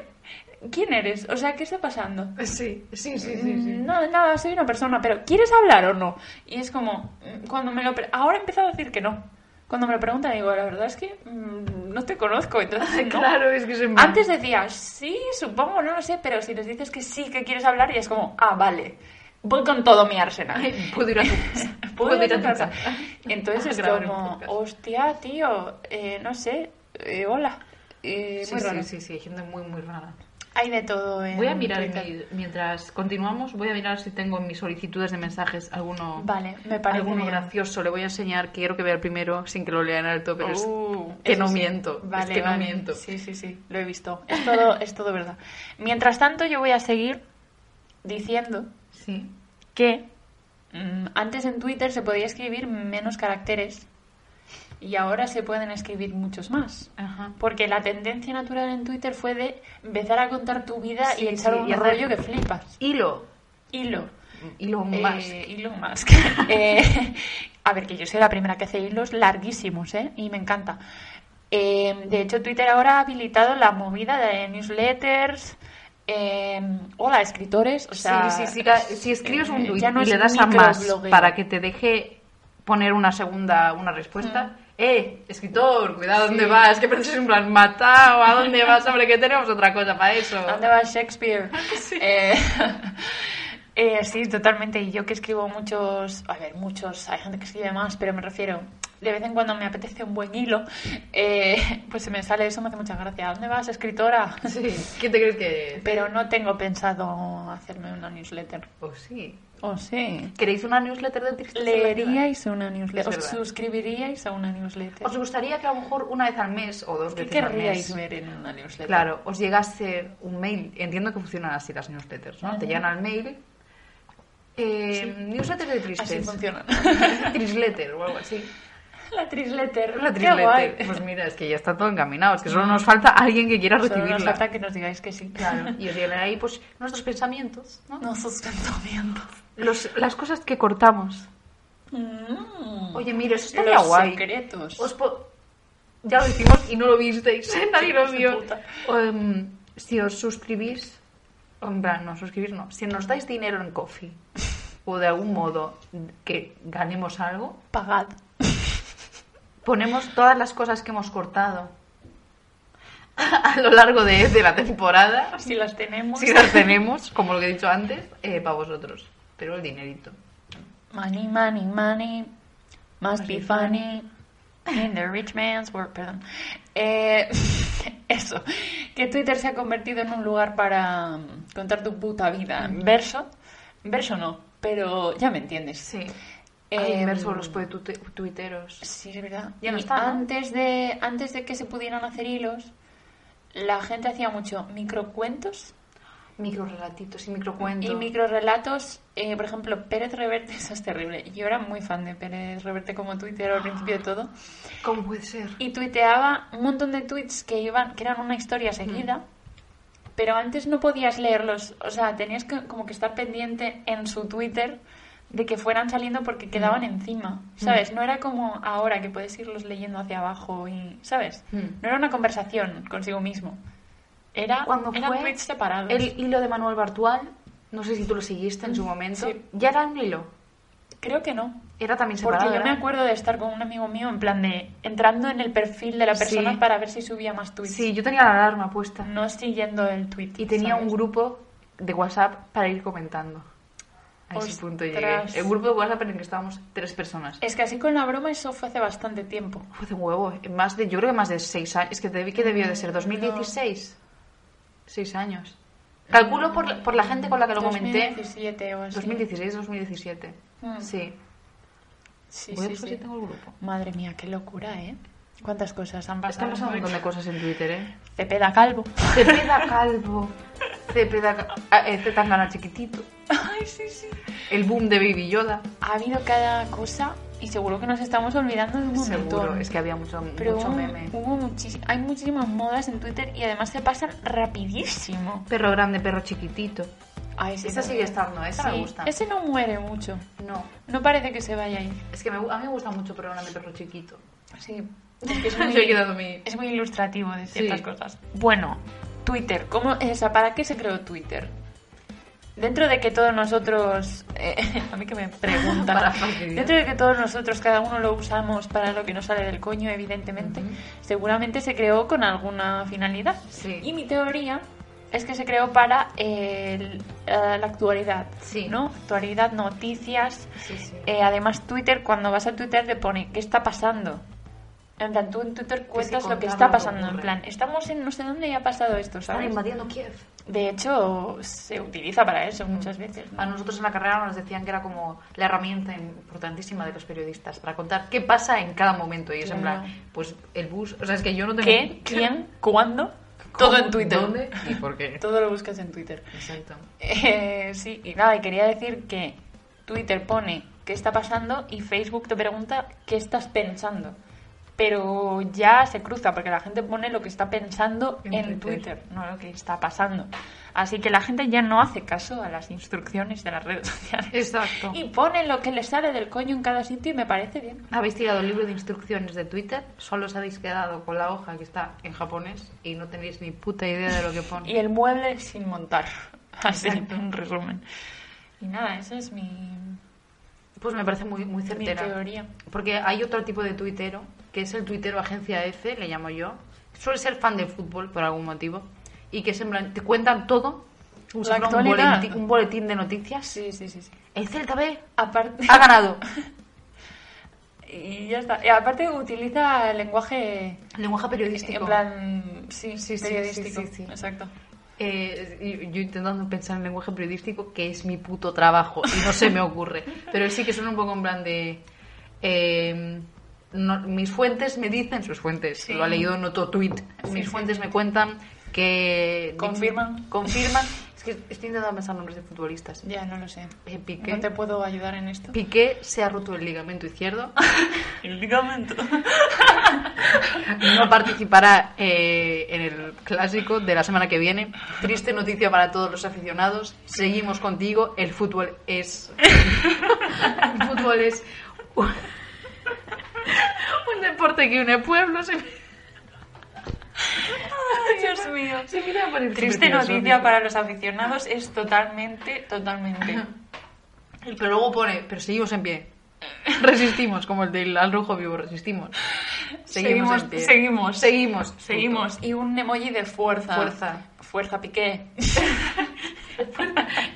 [SPEAKER 1] ¿quién eres? O sea, ¿qué está pasando?
[SPEAKER 2] Sí, sí, sí, sí. sí.
[SPEAKER 1] Mm, No, nada, soy una persona, pero ¿quieres hablar o no? Y es como, mm, cuando me lo... pre- Ahora he empezado a decir que no. Cuando me lo preguntan digo, la verdad es que mm, no te conozco, entonces no.
[SPEAKER 2] Claro, es que se me...
[SPEAKER 1] Antes decía, sí, supongo, no lo sé, pero si les dices que sí, que quieres hablar, y es como, ah, vale, voy con todo mi arsenal.
[SPEAKER 2] Ay, Puedo ir a tu
[SPEAKER 1] Puedo ir a tu casa.
[SPEAKER 2] A
[SPEAKER 1] Entonces es
[SPEAKER 2] Ah, grabar un
[SPEAKER 1] como,
[SPEAKER 2] podcast.
[SPEAKER 1] hostia, tío, eh, no sé, eh, hola. Eh,
[SPEAKER 2] Sí,
[SPEAKER 1] muy
[SPEAKER 2] sí,
[SPEAKER 1] raro.
[SPEAKER 2] sí, sí, hay gente muy, muy rara.
[SPEAKER 1] Hay de todo en
[SPEAKER 2] Voy a mirar, en
[SPEAKER 1] Twitter.
[SPEAKER 2] mi- mientras continuamos, voy a mirar si tengo en mis solicitudes de mensajes alguno,
[SPEAKER 1] Vale, me parece
[SPEAKER 2] alguno
[SPEAKER 1] bien.
[SPEAKER 2] gracioso. Le voy a enseñar, quiero que vea el primero sin que lo lea en alto, pero es
[SPEAKER 1] Uh,
[SPEAKER 2] que
[SPEAKER 1] eso
[SPEAKER 2] no
[SPEAKER 1] sí.
[SPEAKER 2] miento, es
[SPEAKER 1] Vale,
[SPEAKER 2] que no
[SPEAKER 1] vale.
[SPEAKER 2] miento.
[SPEAKER 1] Sí, sí, sí, lo he visto. Es todo, es todo verdad. Mientras tanto, yo voy a seguir diciendo
[SPEAKER 2] Sí.
[SPEAKER 1] que mm, antes en Twitter se podía escribir menos caracteres y ahora se pueden escribir muchos más.
[SPEAKER 2] Ajá.
[SPEAKER 1] Porque la tendencia natural en Twitter fue de empezar a contar tu vida
[SPEAKER 2] Sí,
[SPEAKER 1] y echar
[SPEAKER 2] sí,
[SPEAKER 1] un
[SPEAKER 2] y hacer-
[SPEAKER 1] rollo que flipas.
[SPEAKER 2] Hilo.
[SPEAKER 1] Hilo.
[SPEAKER 2] Hilo
[SPEAKER 1] Eh,
[SPEAKER 2] más.
[SPEAKER 1] Elon Musk. Eh, a ver, que yo soy la primera que hace hilos larguísimos, ¿eh? Y me encanta. Eh, de hecho, Twitter ahora ha habilitado la movida de newsletters. eh, hola, escritores. O sea,
[SPEAKER 2] sí, sí, sí, ca- si escribes un
[SPEAKER 1] eh,
[SPEAKER 2] tweet
[SPEAKER 1] ya no
[SPEAKER 2] y
[SPEAKER 1] es
[SPEAKER 2] le das a más
[SPEAKER 1] microblogueo.
[SPEAKER 2] para que te deje poner una segunda una respuesta, eh, escritor, cuidado dónde
[SPEAKER 1] Sí.
[SPEAKER 2] vas, que pareces en plan matado, a dónde vas, hombre, que tenemos otra cosa para eso.
[SPEAKER 1] ¿Dónde va Shakespeare?
[SPEAKER 2] Ah,
[SPEAKER 1] Eh, eh, sí, totalmente. Y yo que escribo muchos, a ver, muchos, hay gente que escribe más, pero me refiero, de vez en cuando me apetece un buen hilo, eh, pues se me sale eso, me hace mucha gracia. ¿A dónde vas, escritora?
[SPEAKER 2] Sí. ¿Quién te crees que es?
[SPEAKER 1] Pero no tengo pensado hacerme una newsletter.
[SPEAKER 2] Oh, sí.
[SPEAKER 1] ¿O sí?
[SPEAKER 2] ¿Queréis una newsletter de tristeza? Leería
[SPEAKER 1] ¿Leeríais una newsletter?
[SPEAKER 2] Es
[SPEAKER 1] ¿Os
[SPEAKER 2] verdad.
[SPEAKER 1] suscribiríais a una newsletter?
[SPEAKER 2] ¿Os gustaría que a lo mejor una vez al mes o dos
[SPEAKER 1] ¿Qué
[SPEAKER 2] veces al mes,
[SPEAKER 1] querríais ver en una newsletter?
[SPEAKER 2] claro, os llegase un mail? Entiendo que funcionan así las newsletters, ¿no?
[SPEAKER 1] Ajá.
[SPEAKER 2] Te llegan al mail. Eh, Newsletter de
[SPEAKER 1] Así
[SPEAKER 2] tristeza.
[SPEAKER 1] funcionan.
[SPEAKER 2] Trisletter o algo así.
[SPEAKER 1] La trisletter.
[SPEAKER 2] La
[SPEAKER 1] qué guay.
[SPEAKER 2] trisletter. Pues mira, es que ya está todo encaminado. Es que solo nos falta alguien que quiera
[SPEAKER 1] Solo
[SPEAKER 2] recibirla.
[SPEAKER 1] nos falta que nos digáis que sí.
[SPEAKER 2] Claro. Y os llegan ahí pues nuestros pensamientos, ¿no?
[SPEAKER 1] No sustento viendo.
[SPEAKER 2] Los- las cosas que cortamos. Oye, mira, eso estaría
[SPEAKER 1] Mm. Los
[SPEAKER 2] guay.
[SPEAKER 1] secretos.
[SPEAKER 2] Os po- ya lo hicimos y no lo visteis. Nadie lo
[SPEAKER 1] Hijos de
[SPEAKER 2] vio.
[SPEAKER 1] puta.
[SPEAKER 2] Em, si os suscribís, en plan, no suscribís, no. Si nos dais dinero en coffee o de algún modo que ganemos algo,
[SPEAKER 1] Pagad.
[SPEAKER 2] ponemos todas las cosas que hemos cortado a lo largo de, de la temporada.
[SPEAKER 1] Si las tenemos.
[SPEAKER 2] Si las tenemos, como lo que he dicho antes, eh, para vosotros. Pero el dinerito.
[SPEAKER 1] Money, money, money. Must
[SPEAKER 2] Must
[SPEAKER 1] be
[SPEAKER 2] be
[SPEAKER 1] funny. In the rich man's world, perdón. Eh, eso, que Twitter se ha convertido en un lugar para mm, contar tu puta vida. en Verso, verso no, pero ya me entiendes.
[SPEAKER 2] Sí.
[SPEAKER 1] Em,
[SPEAKER 2] Hay verso los puede tute- tuiteros.
[SPEAKER 1] Sí, es verdad.
[SPEAKER 2] Ya no
[SPEAKER 1] Y
[SPEAKER 2] está, ¿no?
[SPEAKER 1] Antes, de, antes de que se pudieran hacer hilos, la gente hacía mucho microcuentos
[SPEAKER 2] Microrelatitos y microcuentos.
[SPEAKER 1] y microrelatos. Eh, por ejemplo, Pérez Reverte, eso es terrible. Yo era muy fan de Pérez Reverte como Twitter al principio de todo.
[SPEAKER 2] ¿Cómo puede ser?
[SPEAKER 1] Y tuiteaba un montón de tweets que, iban, que eran una
[SPEAKER 2] Mm.
[SPEAKER 1] historia seguida. Pero antes no podías leerlos, o sea, tenías que, como que estar pendiente en su Twitter de que fueran saliendo
[SPEAKER 2] Mm.
[SPEAKER 1] porque quedaban encima, ¿sabes? No era como ahora que puedes irlos leyendo hacia abajo y, ¿sabes?
[SPEAKER 2] Mm.
[SPEAKER 1] No era una conversación consigo mismo. Era,
[SPEAKER 2] Cuando
[SPEAKER 1] eran
[SPEAKER 2] fue
[SPEAKER 1] tweets separados.
[SPEAKER 2] El hilo de Manuel Bartual, no sé si tú lo seguiste en su momento,
[SPEAKER 1] Mm, sí.
[SPEAKER 2] ya era un hilo.
[SPEAKER 1] Creo que no.
[SPEAKER 2] Era también separado.
[SPEAKER 1] Porque yo me
[SPEAKER 2] ¿verdad?
[SPEAKER 1] acuerdo de estar con un amigo mío en plan de entrando en el perfil de la persona
[SPEAKER 2] Sí.
[SPEAKER 1] para ver si subía más tweets.
[SPEAKER 2] Sí, yo tenía la alarma puesta.
[SPEAKER 1] No siguiendo el tweet.
[SPEAKER 2] Y tenía
[SPEAKER 1] ¿sabes?
[SPEAKER 2] un grupo de WhatsApp para ir comentando. A ese punto llegué.
[SPEAKER 1] Ostras.
[SPEAKER 2] El grupo de WhatsApp en el que estábamos tres personas.
[SPEAKER 1] Es que así con la broma eso fue hace bastante tiempo.
[SPEAKER 2] Fue de huevo, eh, más de, yo creo que más de seis años. Es que, debí- que debió de
[SPEAKER 1] Mm,
[SPEAKER 2] ser 2016. Seis años. Calculo por la, por la gente con la que lo comenté.
[SPEAKER 1] 2017 o así.
[SPEAKER 2] 2016, 2017.
[SPEAKER 1] Mm.
[SPEAKER 2] Sí.
[SPEAKER 1] Sí,
[SPEAKER 2] Voy a
[SPEAKER 1] sí,
[SPEAKER 2] ver
[SPEAKER 1] sí.
[SPEAKER 2] si tengo el grupo.
[SPEAKER 1] Madre mía, qué locura, ¿eh? Cuántas cosas han
[SPEAKER 2] Están
[SPEAKER 1] pasado.
[SPEAKER 2] pasando un montón de cosas en Twitter, ¿eh?
[SPEAKER 1] Cepeda Calvo.
[SPEAKER 2] Cepeda Calvo. Cepeda Ca- ah, eh, Zetangana Chiquitito.
[SPEAKER 1] Ay, sí, sí.
[SPEAKER 2] El boom de Baby Yoda.
[SPEAKER 1] Ha habido cada cosa y seguro que nos estamos olvidando de un montón.
[SPEAKER 2] Seguro, es que había mucho,
[SPEAKER 1] Pero
[SPEAKER 2] mucho
[SPEAKER 1] hubo-
[SPEAKER 2] meme.
[SPEAKER 1] hubo muchis- hay muchísimas modas en Twitter y además se pasan rapidísimo.
[SPEAKER 2] Perro grande, perro chiquitito.
[SPEAKER 1] Ay, sí,
[SPEAKER 2] Esa
[SPEAKER 1] no.
[SPEAKER 2] sigue estando, esa me
[SPEAKER 1] Sí,
[SPEAKER 2] gusta.
[SPEAKER 1] Ese no muere mucho.
[SPEAKER 2] No,
[SPEAKER 1] No parece que se vaya a ir.
[SPEAKER 2] es que me gu- a mí me gusta mucho perro grande, perro chiquito.
[SPEAKER 1] Sí. es que es
[SPEAKER 2] Yo he
[SPEAKER 1] muy-
[SPEAKER 2] quedado mi...
[SPEAKER 1] es muy ilustrativo de ciertas
[SPEAKER 2] Sí.
[SPEAKER 1] cosas. Bueno, Twitter, ¿cómo, eh, o sea, ¿para qué se creó Twitter? Dentro de que todos nosotros, eh, a mí que me preguntan,
[SPEAKER 2] Para fastidiar.
[SPEAKER 1] dentro de que todos nosotros cada uno lo usamos para lo que nos sale del coño, evidentemente,
[SPEAKER 2] Ujú.
[SPEAKER 1] seguramente se creó con alguna finalidad.
[SPEAKER 2] Sí.
[SPEAKER 1] Y mi teoría es que se creó para el- eh, la actualidad,
[SPEAKER 2] Sí.
[SPEAKER 1] ¿no? Actualidad, noticias,
[SPEAKER 2] Sí, sí.
[SPEAKER 1] eh, además, Twitter, cuando vas a Twitter, te pone ¿qué está pasando? En plan, tú en Twitter cuentas lo que
[SPEAKER 2] contar
[SPEAKER 1] está
[SPEAKER 2] lo que
[SPEAKER 1] pasando. En
[SPEAKER 2] ocurre.
[SPEAKER 1] plan, estamos en no sé dónde y ha pasado esto,
[SPEAKER 2] Están
[SPEAKER 1] ¿sabes?
[SPEAKER 2] invadiendo Kiev.
[SPEAKER 1] De hecho, se utiliza para eso muchas veces. ¿no?
[SPEAKER 2] A nosotros en la carrera nos decían que era como la herramienta importantísima de los periodistas para contar qué pasa en cada momento. Y es en
[SPEAKER 1] Claro.
[SPEAKER 2] plan, pues el bus, o sea, es que yo no tengo...
[SPEAKER 1] ¿Qué? ¿Quién? ¿Cuándo?
[SPEAKER 2] ¿Cómo?
[SPEAKER 1] Todo en Twitter.
[SPEAKER 2] ¿Dónde? ¿Y por qué?
[SPEAKER 1] Todo lo buscas en Twitter.
[SPEAKER 2] Exacto.
[SPEAKER 1] Eh, sí, y nada, y quería decir que Twitter pone qué está pasando y Facebook te pregunta qué estás pensando. Pero ya se cruza porque la gente pone lo que está pensando en,
[SPEAKER 2] En
[SPEAKER 1] Twitter.
[SPEAKER 2] Twitter.
[SPEAKER 1] no lo que está pasando. Así que la gente ya no hace caso a las instrucciones de las redes sociales.
[SPEAKER 2] Exacto.
[SPEAKER 1] Y pone lo que le sale del coño en cada sitio y me parece bien.
[SPEAKER 2] Habéis tirado el libro de instrucciones de Twitter, solo os habéis quedado con la hoja que está en japonés y no tenéis ni puta idea de lo que pone.
[SPEAKER 1] Y el mueble sin montar. Así,
[SPEAKER 2] Exacto.
[SPEAKER 1] en resumen. Y nada, esa es mi,
[SPEAKER 2] Pues me parece muy, muy
[SPEAKER 1] mi
[SPEAKER 2] certera.
[SPEAKER 1] teoría.
[SPEAKER 2] Porque hay otro tipo de tuitero, que es el tuitero agencia F, le llamo yo. Suele ser fan del fútbol por algún motivo. Y que es en plan, te cuentan todo. como
[SPEAKER 1] La
[SPEAKER 2] si fuera un
[SPEAKER 1] actualidad.
[SPEAKER 2] boletín, un boletín de noticias.
[SPEAKER 1] Sí, sí, sí. sí.
[SPEAKER 2] El Celta B
[SPEAKER 1] Aparte...
[SPEAKER 2] ha ganado.
[SPEAKER 1] Y ya está. Y aparte utiliza el lenguaje
[SPEAKER 2] Lenguaje periodístico.
[SPEAKER 1] en plan, sí,
[SPEAKER 2] Sí, sí,
[SPEAKER 1] periodístico.
[SPEAKER 2] sí, sí, sí.
[SPEAKER 1] Exacto.
[SPEAKER 2] Eh, y- yo intentando pensar en lenguaje periodístico, que es mi puto trabajo, y no se me ocurre. Pero sí que suena un poco en plan de. eh, no- mis fuentes me dicen sus fuentes,
[SPEAKER 1] Sí.
[SPEAKER 2] lo ha leído en otro tweet.
[SPEAKER 1] Sí,
[SPEAKER 2] mis
[SPEAKER 1] sí.
[SPEAKER 2] fuentes me cuentan que.
[SPEAKER 1] Confirman.
[SPEAKER 2] Confirman. Es que estoy intentando pensar nombres de futbolistas.
[SPEAKER 1] Ya, no lo sé.
[SPEAKER 2] Eh, Piqué.
[SPEAKER 1] No te puedo ayudar en esto.
[SPEAKER 2] Piqué se ha roto el ligamento izquierdo.
[SPEAKER 1] El ligamento.
[SPEAKER 2] no participará eh, en el clásico de la semana que viene. Triste noticia para todos los aficionados. Seguimos contigo. El fútbol es. el fútbol es. Un, un deporte que une pueblos. Se me-
[SPEAKER 1] Dios mío.
[SPEAKER 2] se me iba a poner
[SPEAKER 1] Triste
[SPEAKER 2] súper
[SPEAKER 1] noticia
[SPEAKER 2] filosófico.
[SPEAKER 1] para los aficionados es totalmente, totalmente.
[SPEAKER 2] Pero luego pone, pero seguimos en pie. Resistimos, como el del al rojo vivo, resistimos. Seguimos, en pie.
[SPEAKER 1] seguimos,
[SPEAKER 2] Seguimos.
[SPEAKER 1] seguimos. Y un emoji de fuerza.
[SPEAKER 2] Fuerza.
[SPEAKER 1] Fuerza, piqué.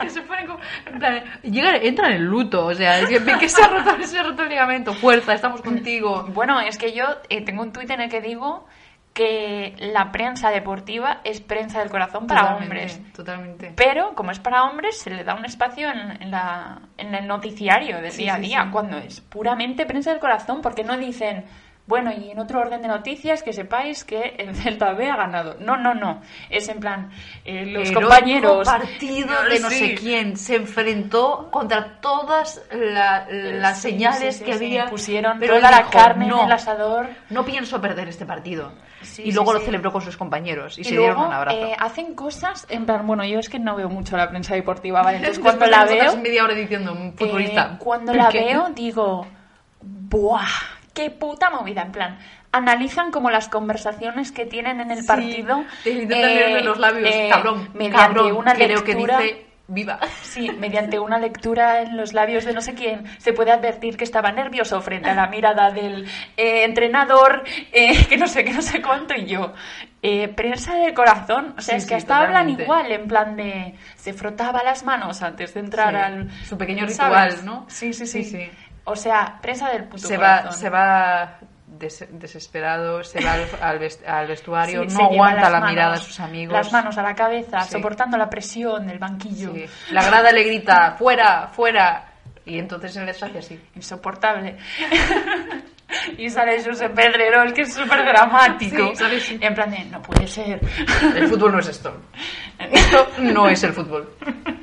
[SPEAKER 2] que se pone como, en plan, llega, entra en el luto, o sea, es que ve que se ha roto, se ha roto el ligamento, fuerza, estamos contigo.
[SPEAKER 1] Bueno, es que yo eh, tengo un tuit en el que digo que la prensa deportiva es prensa del corazón para hombres.
[SPEAKER 2] Totalmente.
[SPEAKER 1] Pero, como es para hombres, se le da un espacio en, en la- en el noticiario del
[SPEAKER 2] Sí,
[SPEAKER 1] día a
[SPEAKER 2] sí,
[SPEAKER 1] día,
[SPEAKER 2] sí.
[SPEAKER 1] cuando es puramente prensa del corazón, porque no dicen, bueno, y en otro orden de noticias, que sepáis que el Celta B ha ganado. No, no, no. Es en plan, eh, los
[SPEAKER 2] Heroico
[SPEAKER 1] compañeros. eh,
[SPEAKER 2] partido de no
[SPEAKER 1] Sí.
[SPEAKER 2] sé quién se enfrentó contra todas la- las
[SPEAKER 1] Sí,
[SPEAKER 2] señales
[SPEAKER 1] sí, sí,
[SPEAKER 2] que
[SPEAKER 1] sí.
[SPEAKER 2] había.
[SPEAKER 1] Pusieron
[SPEAKER 2] pero
[SPEAKER 1] toda
[SPEAKER 2] él
[SPEAKER 1] la
[SPEAKER 2] dijo,
[SPEAKER 1] carne
[SPEAKER 2] no,
[SPEAKER 1] en el asador.
[SPEAKER 2] No pienso perder este partido.
[SPEAKER 1] Sí,
[SPEAKER 2] y luego
[SPEAKER 1] sí,
[SPEAKER 2] lo
[SPEAKER 1] sí.
[SPEAKER 2] celebró con sus compañeros y,
[SPEAKER 1] Y
[SPEAKER 2] se
[SPEAKER 1] luego,
[SPEAKER 2] dieron un abrazo.
[SPEAKER 1] eh, hacen cosas, en plan, bueno, yo es que no veo mucho la prensa deportiva, ¿vale? Entonces
[SPEAKER 2] Después
[SPEAKER 1] cuando
[SPEAKER 2] de
[SPEAKER 1] la
[SPEAKER 2] nosotras
[SPEAKER 1] veo,
[SPEAKER 2] media hora diciendo un futbolista.
[SPEAKER 1] eh, cuando la
[SPEAKER 2] ¿Qué?
[SPEAKER 1] veo digo, ¡buah! ¡Qué puta movida! En plan, analizan como las conversaciones que tienen en el
[SPEAKER 2] Sí,
[SPEAKER 1] partido.
[SPEAKER 2] Te intentan leerle los labios,
[SPEAKER 1] eh,
[SPEAKER 2] cabrón.
[SPEAKER 1] Mediante
[SPEAKER 2] cabrón,
[SPEAKER 1] una
[SPEAKER 2] creo
[SPEAKER 1] lectura.
[SPEAKER 2] que dice viva.
[SPEAKER 1] Sí, mediante una lectura en los labios de no sé quién se puede advertir que estaba nervioso frente a la mirada del eh, entrenador, eh, que no sé qué, no sé cuánto, y yo. Eh, prensa del corazón, o sea, es
[SPEAKER 2] Sí,
[SPEAKER 1] que
[SPEAKER 2] sí,
[SPEAKER 1] hasta hablan
[SPEAKER 2] totalmente.
[SPEAKER 1] igual, en plan de. Se frotaba las manos antes de entrar
[SPEAKER 2] Sí,
[SPEAKER 1] al.
[SPEAKER 2] su pequeño
[SPEAKER 1] ¿sabes?
[SPEAKER 2] ritual, ¿no?
[SPEAKER 1] Sí, sí, sí.
[SPEAKER 2] Sí, sí.
[SPEAKER 1] O sea, prensa del puto
[SPEAKER 2] Se
[SPEAKER 1] corazón.
[SPEAKER 2] va, se va des- desesperado, se va al, al vest- al
[SPEAKER 1] Sí,
[SPEAKER 2] vestuario,
[SPEAKER 1] se
[SPEAKER 2] no
[SPEAKER 1] lleva
[SPEAKER 2] aguanta
[SPEAKER 1] las
[SPEAKER 2] la
[SPEAKER 1] manos-
[SPEAKER 2] mirada de sus amigos.
[SPEAKER 1] Las manos a la cabeza,
[SPEAKER 2] Sí.
[SPEAKER 1] soportando la presión del banquillo.
[SPEAKER 2] Sí. La grada le grita, fuera, fuera. Y entonces él les hace así.
[SPEAKER 1] insoportable. y sale José Pedrerol, que es súper dramático.
[SPEAKER 2] Sí, sale, sí.
[SPEAKER 1] En plan de, no puede ser.
[SPEAKER 2] El fútbol no es esto. Esto no es el fútbol.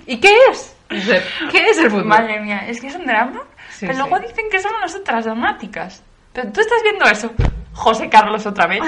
[SPEAKER 2] ¿Y qué es? Josep? ¿Qué es el fútbol?
[SPEAKER 1] Madre mía, es que es un drama.
[SPEAKER 2] Sí,
[SPEAKER 1] pero
[SPEAKER 2] sí.
[SPEAKER 1] luego dicen que son las otras dramáticas. Pero tú estás viendo eso. José Carlos otra vez.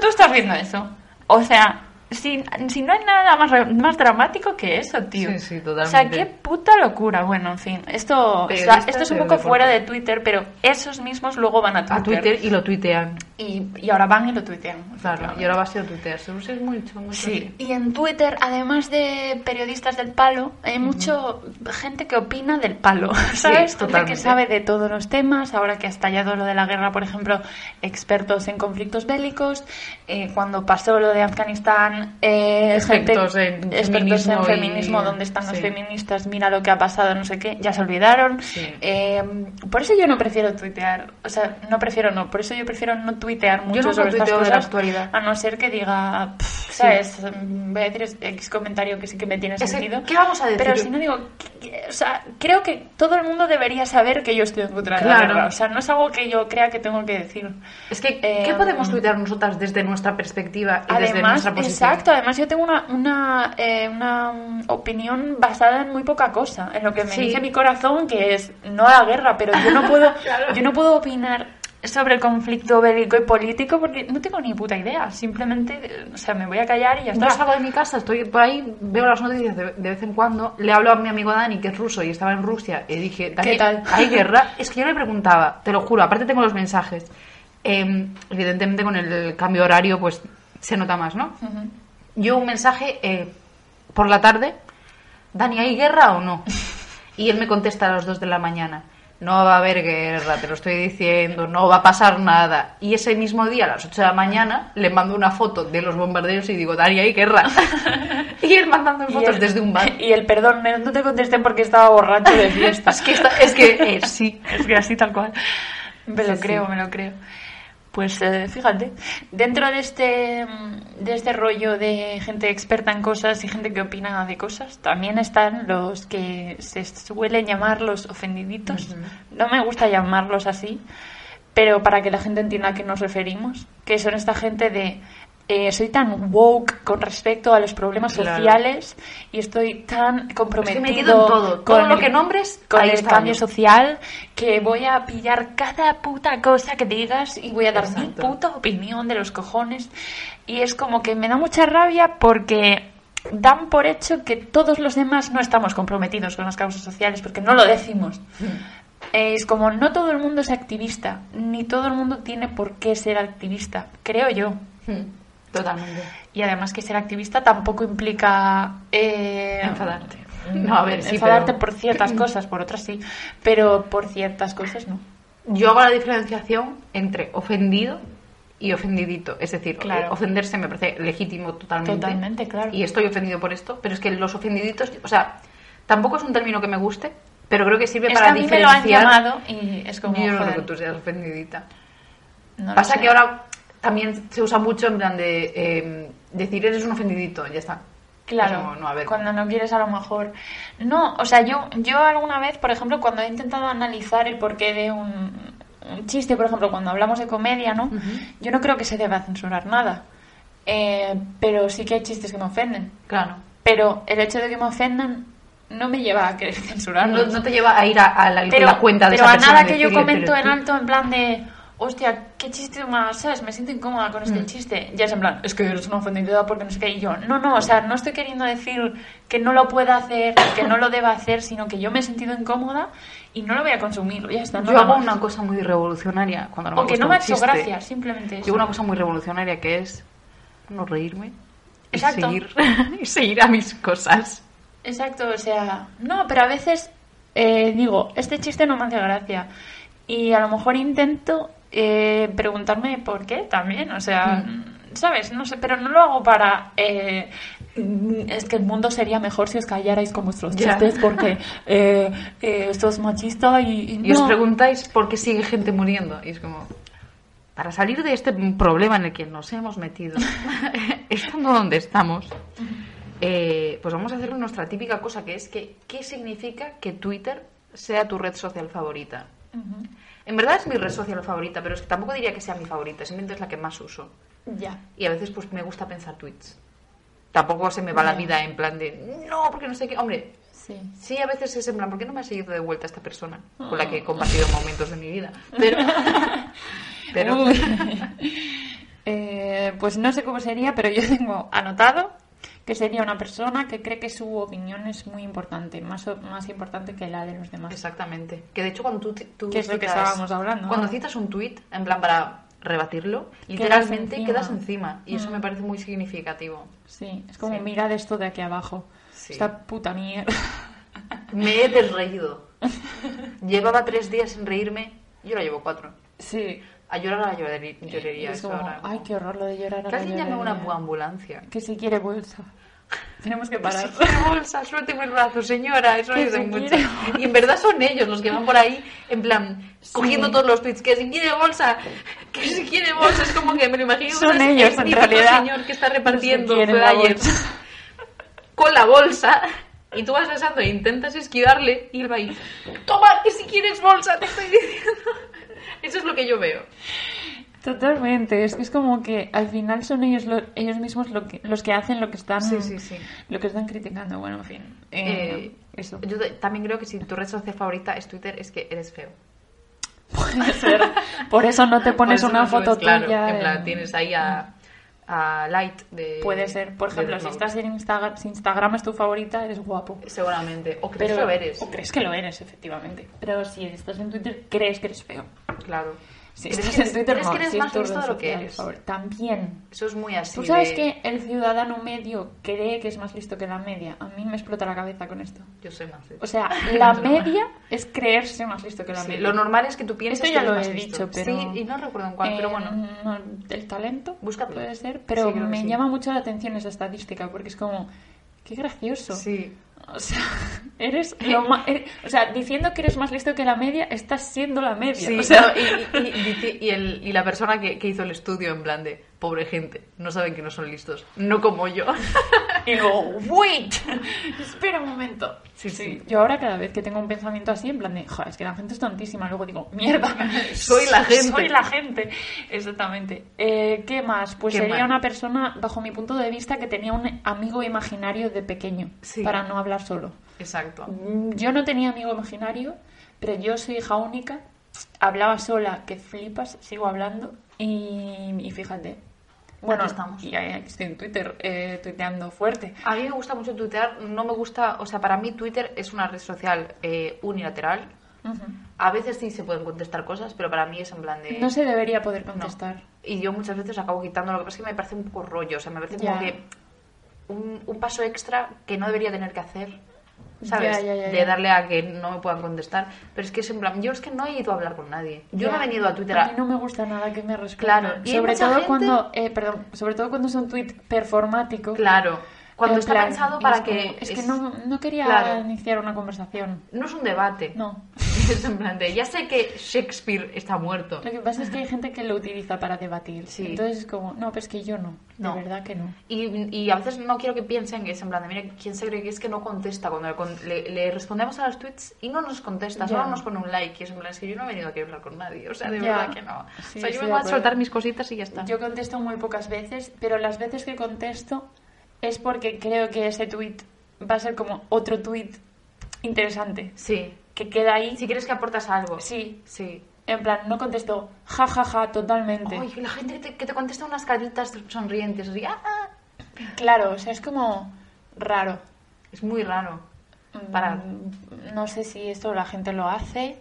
[SPEAKER 1] Tú estás viendo eso. O sea, si, si no hay nada más, más dramático que eso, tío.
[SPEAKER 2] Sí, sí,
[SPEAKER 1] O sea,
[SPEAKER 2] totalmente.
[SPEAKER 1] qué puta locura. Bueno, en fin, esto, o sea,
[SPEAKER 2] Periodistas
[SPEAKER 1] esto es un
[SPEAKER 2] del
[SPEAKER 1] poco fuera de
[SPEAKER 2] deporte.
[SPEAKER 1] Twitter, pero esos mismos luego van a Twitter.
[SPEAKER 2] A Twitter y lo tuitean.
[SPEAKER 1] Y, y ahora van y lo tuitean.
[SPEAKER 2] Claro, y ahora va a ser Twitter. Se usa mucho, mucho.
[SPEAKER 1] Sí, y en Twitter, además de periodistas del palo, hay mucho gente que opina del palo, ¿sabes? gente que
[SPEAKER 2] totalmente.
[SPEAKER 1] sabe de todos los temas, ahora que ha estallado lo de la guerra, por ejemplo, expertos en conflictos bélicos, eh, cuando pasó lo de Afganistán, eh,
[SPEAKER 2] Expertos
[SPEAKER 1] gente-
[SPEAKER 2] en
[SPEAKER 1] expertos en
[SPEAKER 2] feminismo y-
[SPEAKER 1] feminismo, dónde están los
[SPEAKER 2] sí.
[SPEAKER 1] feministas, mira lo que ha pasado, no sé qué, ya se olvidaron.
[SPEAKER 2] Sí.
[SPEAKER 1] Eh, por eso yo no prefiero tuitear, o sea, no prefiero no, por eso yo prefiero no tuitear mucho
[SPEAKER 2] nunca
[SPEAKER 1] sobre estas
[SPEAKER 2] tuiteo
[SPEAKER 1] cosas.
[SPEAKER 2] de la actualidad.
[SPEAKER 1] A no ser que diga, pff, ¿sabes? Mm, Voy a decir X comentario que sí que me tiene
[SPEAKER 2] Es que,
[SPEAKER 1] sentido.
[SPEAKER 2] ¿qué vamos a decir?
[SPEAKER 1] Pero si no digo, ¿qué- qué? o sea, creo que todo el mundo debería saber que yo estoy en contra de la
[SPEAKER 2] Claro.
[SPEAKER 1] guerra. O sea, no es algo que yo crea que tengo que decir.
[SPEAKER 2] Es que,
[SPEAKER 1] Eh,
[SPEAKER 2] ¿qué podemos tuitear nosotras desde nuestra perspectiva y desde
[SPEAKER 1] Además,
[SPEAKER 2] nuestra posición?
[SPEAKER 1] exacto, además yo tengo una, una, eh, una, mm, opinión basada en muy poca cosa, en lo que me
[SPEAKER 2] Sí.
[SPEAKER 1] dice mi corazón, que es no a la guerra, pero yo no puedo,
[SPEAKER 2] Claro.
[SPEAKER 1] yo no puedo opinar sobre el conflicto bélico y político porque no tengo ni puta idea, simplemente, eh, o sea, me voy a callar y ya está.
[SPEAKER 2] Yo salgo de mi casa, estoy por ahí, veo las noticias de, de vez en cuando, le hablo a mi amigo Dani, que es ruso y estaba en Rusia, y dije, Dani,
[SPEAKER 1] ¿Qué tal?
[SPEAKER 2] ¿hay guerra? Es que yo le preguntaba, te lo juro, aparte tengo los mensajes. Eh, evidentemente con el cambio de horario, pues se nota más, ¿no?
[SPEAKER 1] Ujú.
[SPEAKER 2] yo un mensaje eh, por la tarde, Dani, ¿hay guerra o no? Y él me contesta a las 2 de la mañana, no va a haber guerra, te lo estoy diciendo, no va a pasar nada. Y ese mismo día, a las 8 de la mañana, le mando una foto de los bombardeos y digo, Dani, ¿hay guerra? y él mandando
[SPEAKER 1] Y
[SPEAKER 2] fotos
[SPEAKER 1] el-
[SPEAKER 2] desde un bar.
[SPEAKER 1] Y el perdón, no no te contesté porque estaba borracho de fiesta.
[SPEAKER 2] Es que, esta- es que eh, sí,
[SPEAKER 1] Es que así tal cual. Me lo
[SPEAKER 2] Sí,
[SPEAKER 1] creo,
[SPEAKER 2] sí.
[SPEAKER 1] me lo creo. Pues eh, fíjate, dentro de este, mm, de este rollo de gente experta en cosas y gente que opina de cosas, también están los que se suelen llamar los ofendiditos.
[SPEAKER 2] Ujú.
[SPEAKER 1] No me gusta llamarlos así, pero para que la gente entienda a qué nos referimos, que son esta gente de... eh, soy tan woke con respecto a los problemas
[SPEAKER 2] Claro.
[SPEAKER 1] sociales y estoy tan comprometido
[SPEAKER 2] Estoy metido en todo. Todo lo que nombres,
[SPEAKER 1] con
[SPEAKER 2] ahí
[SPEAKER 1] el
[SPEAKER 2] está
[SPEAKER 1] cambio
[SPEAKER 2] yo.
[SPEAKER 1] social que voy a pillar cada puta cosa que digas y voy a dar mi
[SPEAKER 2] Exacto.
[SPEAKER 1] puta opinión de los cojones. Y es como que me da mucha rabia porque dan por hecho que todos los demás no estamos comprometidos con las causas sociales porque no lo decimos. Eh, Es como no todo el mundo es activista, ni todo el mundo tiene por qué ser activista, creo yo.
[SPEAKER 2] Totalmente.
[SPEAKER 1] Y además que ser activista tampoco implica... eh,
[SPEAKER 2] Enfadarte. No, a ver, sí,
[SPEAKER 1] enfadarte
[SPEAKER 2] pero-
[SPEAKER 1] por ciertas cosas, por otras sí, pero por ciertas cosas no.
[SPEAKER 2] Yo hago la diferenciación entre ofendido y ofendidito. Es decir,
[SPEAKER 1] Claro.
[SPEAKER 2] eh, ofenderse me parece legítimo totalmente.
[SPEAKER 1] Totalmente, claro.
[SPEAKER 2] Y estoy ofendido por esto, pero es que los ofendiditos, o sea, tampoco es un término que me guste, pero creo que sirve
[SPEAKER 1] Es que
[SPEAKER 2] para
[SPEAKER 1] a mí me lo han
[SPEAKER 2] diferenciar.
[SPEAKER 1] llamado y es como...
[SPEAKER 2] Yo no creo
[SPEAKER 1] joder,
[SPEAKER 2] que tú seas ofendidita.
[SPEAKER 1] no lo
[SPEAKER 2] Pasa
[SPEAKER 1] sé.
[SPEAKER 2] que ahora también se usa mucho en plan de eh, decir eres un ofendidito, ya está.
[SPEAKER 1] Claro,
[SPEAKER 2] Es como, no, a ver.
[SPEAKER 1] cuando no quieres a lo mejor... No, o sea, yo, yo alguna vez, por ejemplo, cuando he intentado analizar el porqué de un, un chiste, por ejemplo, cuando hablamos de comedia, ¿no?
[SPEAKER 2] Ujú.
[SPEAKER 1] Yo no creo que se deba censurar nada, Eh, pero sí que hay chistes que me ofenden.
[SPEAKER 2] Claro.
[SPEAKER 1] Pero el hecho de que me ofendan no me lleva a querer
[SPEAKER 2] No,
[SPEAKER 1] censurarlos.
[SPEAKER 2] no te lleva a ir a, a la, la cuenta de
[SPEAKER 1] pero
[SPEAKER 2] esa
[SPEAKER 1] a
[SPEAKER 2] persona
[SPEAKER 1] nada
[SPEAKER 2] y
[SPEAKER 1] que yo
[SPEAKER 2] decirle,
[SPEAKER 1] comento
[SPEAKER 2] "Pero
[SPEAKER 1] en
[SPEAKER 2] tú".
[SPEAKER 1] alto en plan de hostia qué chiste más sabes me siento incómoda con este
[SPEAKER 2] Mm.
[SPEAKER 1] chiste ya es en plan es que eres una ofendida porque no sé qué y yo no no o sea no estoy queriendo decir que no lo pueda hacer que no lo deba hacer sino que yo me he sentido incómoda y no lo voy a consumir ya está no
[SPEAKER 2] Yo
[SPEAKER 1] lo
[SPEAKER 2] hago
[SPEAKER 1] más.
[SPEAKER 2] una cosa muy revolucionaria cuando no me
[SPEAKER 1] o que
[SPEAKER 2] gusta
[SPEAKER 1] no me ha
[SPEAKER 2] un
[SPEAKER 1] hecho
[SPEAKER 2] chiste.
[SPEAKER 1] gracia simplemente
[SPEAKER 2] Yo
[SPEAKER 1] eso.
[SPEAKER 2] hago una cosa muy revolucionaria que es no reírme
[SPEAKER 1] Exacto.
[SPEAKER 2] y seguir y seguir a mis cosas.
[SPEAKER 1] Exacto, o sea, no, pero a veces eh, digo, este chiste no me hace gracia. Y a lo mejor intento eh, preguntarme por qué también, o sea,
[SPEAKER 2] Mm.
[SPEAKER 1] ¿sabes? No sé, pero no lo hago para... eh, mm, es que el mundo sería mejor si os callarais con vuestros
[SPEAKER 2] Ya.
[SPEAKER 1] chistes porque eh, eh, esto es machista y... y
[SPEAKER 2] Y os
[SPEAKER 1] no.
[SPEAKER 2] preguntáis por qué sigue gente muriendo y es como para salir de este problema en el que nos hemos metido, estando donde estamos, eh, pues vamos a hacer nuestra típica cosa que es que qué significa que Twitter sea tu red social favorita.
[SPEAKER 1] Ujú,
[SPEAKER 2] En verdad es mi red social favorita, pero es que tampoco diría que sea mi favorita, simplemente es la que más uso.
[SPEAKER 1] Ya.
[SPEAKER 2] Y a veces pues me gusta pensar tweets. Tampoco se me va la vida en plan de, no, porque no sé qué. Hombre,
[SPEAKER 1] Sí.
[SPEAKER 2] sí, a veces es en plan, ¿por qué no me ha seguido de vuelta esta persona con la
[SPEAKER 1] Ah.
[SPEAKER 2] que he compartido momentos de mi vida? Pero, pero
[SPEAKER 1] Uy. Eh, pues no sé cómo sería, pero yo tengo anotado que sería una persona que cree que su opinión es muy importante, más, o- más importante que la de los demás.
[SPEAKER 2] exactamente. Que de hecho cuando tú, tú
[SPEAKER 1] Que es lo que estábamos hablando,
[SPEAKER 2] Cuando
[SPEAKER 1] ¿no?
[SPEAKER 2] citas un tweet, en plan para rebatirlo, literalmente
[SPEAKER 1] encima.
[SPEAKER 2] quedas encima. Y eso
[SPEAKER 1] Mm.
[SPEAKER 2] me parece muy significativo.
[SPEAKER 1] Sí, es como
[SPEAKER 2] Sí.
[SPEAKER 1] mirad esto de aquí abajo.
[SPEAKER 2] Sí.
[SPEAKER 1] Esta puta mierda.
[SPEAKER 2] Me he desreído. Llevaba tres días sin reírme y ahora llevo cuatro.
[SPEAKER 1] Sí.
[SPEAKER 2] A llorar a la llorería. llorería
[SPEAKER 1] es
[SPEAKER 2] eso
[SPEAKER 1] como,
[SPEAKER 2] ahora.
[SPEAKER 1] ay, qué horror lo de llorar. a
[SPEAKER 2] Que
[SPEAKER 1] la
[SPEAKER 2] alguien llame a una
[SPEAKER 1] llorería".
[SPEAKER 2] bu- ambulancia.
[SPEAKER 1] Que si quiere bolsa. Tenemos que parar.
[SPEAKER 2] Qué bolsa, suélteme el brazo, señora. Eso
[SPEAKER 1] Que
[SPEAKER 2] ayuda
[SPEAKER 1] si
[SPEAKER 2] mucho.
[SPEAKER 1] quiere
[SPEAKER 2] Y en verdad son ellos los que van por ahí, en plan, cogiendo todos los tweets. Que si quiere bolsa, que si quiere bolsa. Es como que me lo imagino.
[SPEAKER 1] Son
[SPEAKER 2] es el
[SPEAKER 1] ellos, en
[SPEAKER 2] típico
[SPEAKER 1] realidad,
[SPEAKER 2] señor que está
[SPEAKER 1] los que
[SPEAKER 2] repartiendo
[SPEAKER 1] quieren la
[SPEAKER 2] flyers
[SPEAKER 1] bolsa.
[SPEAKER 2] con la bolsa. Y tú vas besando e intentas esquivarle. Y él va ahí, toma, que si quieres bolsa, te estoy diciendo. Eso es lo que yo veo.
[SPEAKER 1] Totalmente. Es que es como que al final son ellos, lo- ellos mismos lo que, los que hacen lo que están,
[SPEAKER 2] Sí, sí, sí.
[SPEAKER 1] Lo que están criticando. Bueno, en fin. Eh,
[SPEAKER 2] Eh,
[SPEAKER 1] eso.
[SPEAKER 2] Yo de- también creo que si tu red social favorita es Twitter, es que eres feo.
[SPEAKER 1] Puede ser. Por eso no te pones
[SPEAKER 2] Por eso
[SPEAKER 1] una
[SPEAKER 2] no
[SPEAKER 1] foto
[SPEAKER 2] subes, claro,
[SPEAKER 1] tuya.
[SPEAKER 2] en plan,
[SPEAKER 1] en-
[SPEAKER 2] tienes ahí a, a Light de...
[SPEAKER 1] Puede ser. Por
[SPEAKER 2] de
[SPEAKER 1] ejemplo,
[SPEAKER 2] los
[SPEAKER 1] si
[SPEAKER 2] Maus.
[SPEAKER 1] estás en Instagram, si Instagram es tu favorita, eres guapo.
[SPEAKER 2] Seguramente. O que
[SPEAKER 1] Pero
[SPEAKER 2] feo eres.
[SPEAKER 1] o crees que lo eres, efectivamente. Pero si estás en Twitter, crees que eres feo.
[SPEAKER 2] Claro.
[SPEAKER 1] Si
[SPEAKER 2] Crees
[SPEAKER 1] estás
[SPEAKER 2] que
[SPEAKER 1] en Twitter,
[SPEAKER 2] crees
[SPEAKER 1] no.
[SPEAKER 2] que eres
[SPEAKER 1] si es
[SPEAKER 2] más
[SPEAKER 1] tu
[SPEAKER 2] listo
[SPEAKER 1] red
[SPEAKER 2] de lo que
[SPEAKER 1] social
[SPEAKER 2] eres.
[SPEAKER 1] favorita. También.
[SPEAKER 2] Eso es muy así
[SPEAKER 1] Tú sabes
[SPEAKER 2] de-
[SPEAKER 1] que el ciudadano medio cree que es más listo que la media. A mí me explota la cabeza con esto.
[SPEAKER 2] Yo soy más...
[SPEAKER 1] O sea, la
[SPEAKER 2] No.
[SPEAKER 1] media es creerse más listo que la
[SPEAKER 2] Sí,
[SPEAKER 1] media.
[SPEAKER 2] lo normal es que tú pienses
[SPEAKER 1] Esto ya
[SPEAKER 2] que
[SPEAKER 1] lo
[SPEAKER 2] eres
[SPEAKER 1] he
[SPEAKER 2] más listo.
[SPEAKER 1] dicho, pero...
[SPEAKER 2] Sí, y no recuerdo en cuál, pero
[SPEAKER 1] Eh,
[SPEAKER 2] bueno.
[SPEAKER 1] no, el talento
[SPEAKER 2] Búscatelo.
[SPEAKER 1] puede ser, pero
[SPEAKER 2] Sí, creo que
[SPEAKER 1] me
[SPEAKER 2] sí.
[SPEAKER 1] llama mucho la atención esa estadística porque es como, qué gracioso.
[SPEAKER 2] Sí.
[SPEAKER 1] O sea, eres lo ma- eres- o sea, diciendo que eres más listo que la media, estás siendo la media.
[SPEAKER 2] Sí,
[SPEAKER 1] o sea,
[SPEAKER 2] no, y, y- y dice- y el- y la persona que, que hizo el estudio en plan de, pobre gente, no saben que no son listos, no como yo.
[SPEAKER 1] y luego, wait, espera un momento.
[SPEAKER 2] Sí, sí.
[SPEAKER 1] Yo ahora cada vez que tengo un pensamiento así, en plan de, joder, es que la gente es tontísima, luego digo, mierda,
[SPEAKER 2] Soy la gente.
[SPEAKER 1] Soy la gente, exactamente. Eh, ¿Qué más? Pues
[SPEAKER 2] Qué
[SPEAKER 1] sería
[SPEAKER 2] mal.
[SPEAKER 1] una persona, bajo mi punto de vista, que tenía un amigo imaginario de pequeño,
[SPEAKER 2] Sí.
[SPEAKER 1] para no hablar solo.
[SPEAKER 2] Exacto.
[SPEAKER 1] Mm, Yo no tenía amigo imaginario, pero yo soy hija única, hablaba sola, que flipas, sigo hablando y, y fíjate. Bueno,
[SPEAKER 2] Aquí estamos.
[SPEAKER 1] y ahí estoy en Twitter, eh, tuiteando fuerte.
[SPEAKER 2] A mí me gusta mucho tuitear, no me gusta, o sea, para mí Twitter es una red social eh, unilateral.
[SPEAKER 1] Ujú.
[SPEAKER 2] A veces sí se pueden contestar cosas, pero para mí es en plan de...
[SPEAKER 1] No se debería poder
[SPEAKER 2] no.
[SPEAKER 1] contestar.
[SPEAKER 2] Y yo muchas veces acabo quitando, lo que pasa es que me parece un poco rollo, o sea, me parece
[SPEAKER 1] Ya.
[SPEAKER 2] como que un, un paso extra que no debería tener que hacer, ¿sabes?
[SPEAKER 1] Ya, ya, ya,
[SPEAKER 2] de
[SPEAKER 1] ya.
[SPEAKER 2] darle a que no me puedan contestar. Pero es que es en plan, yo es que no he ido a hablar con nadie. Yo no
[SPEAKER 1] Ya.
[SPEAKER 2] he venido a Twitter
[SPEAKER 1] mí
[SPEAKER 2] a...
[SPEAKER 1] no me gusta nada que me respondan.
[SPEAKER 2] Claro, y hay
[SPEAKER 1] Sobre
[SPEAKER 2] mucha
[SPEAKER 1] todo
[SPEAKER 2] gente-
[SPEAKER 1] cuando, eh, perdón, sobre todo cuando son tweets performáticos.
[SPEAKER 2] Claro, cuando
[SPEAKER 1] En
[SPEAKER 2] está
[SPEAKER 1] plan,
[SPEAKER 2] pensado
[SPEAKER 1] y
[SPEAKER 2] para
[SPEAKER 1] es
[SPEAKER 2] que...
[SPEAKER 1] como, Es, que no, no quería
[SPEAKER 2] Claro.
[SPEAKER 1] iniciar una conversación.
[SPEAKER 2] no es un debate.
[SPEAKER 1] No.
[SPEAKER 2] Es en plan de, ya sé que Shakespeare está muerto.
[SPEAKER 1] Lo que pasa es que hay gente que lo utiliza para debatir.
[SPEAKER 2] Sí.
[SPEAKER 1] Entonces es como, no, pero es que yo no.
[SPEAKER 2] No.
[SPEAKER 1] De verdad que no.
[SPEAKER 2] Y, y a veces no quiero que piensen que es en plan de, mire, ¿quién se cree que es que no contesta cuando le, con- le- le respondemos a los tweets y no nos contesta,
[SPEAKER 1] Ya.
[SPEAKER 2] solo nos pone un like y es en plan, es que yo no he venido aquí a hablar con nadie, o sea, de
[SPEAKER 1] Ya.
[SPEAKER 2] verdad que no.
[SPEAKER 1] Sí,
[SPEAKER 2] o sea, yo
[SPEAKER 1] estoy
[SPEAKER 2] me
[SPEAKER 1] de
[SPEAKER 2] voy a
[SPEAKER 1] acuerdo.
[SPEAKER 2] soltar mis cositas y ya está.
[SPEAKER 1] Yo contesto muy pocas veces, pero las veces que contesto es porque creo que ese tweet va a ser como otro tweet interesante.
[SPEAKER 2] Sí.
[SPEAKER 1] Que queda ahí.
[SPEAKER 2] Si quieres que aportas algo.
[SPEAKER 1] Sí.
[SPEAKER 2] Sí.
[SPEAKER 1] En plan, no contesto jajaja totalmente.
[SPEAKER 2] Ay, la gente que te, que te contesta unas caritas sonrientes, así, "Ah, ah".
[SPEAKER 1] Claro, o sea, es como raro.
[SPEAKER 2] Es muy raro. Para...
[SPEAKER 1] Mm, No sé si esto la gente lo hace.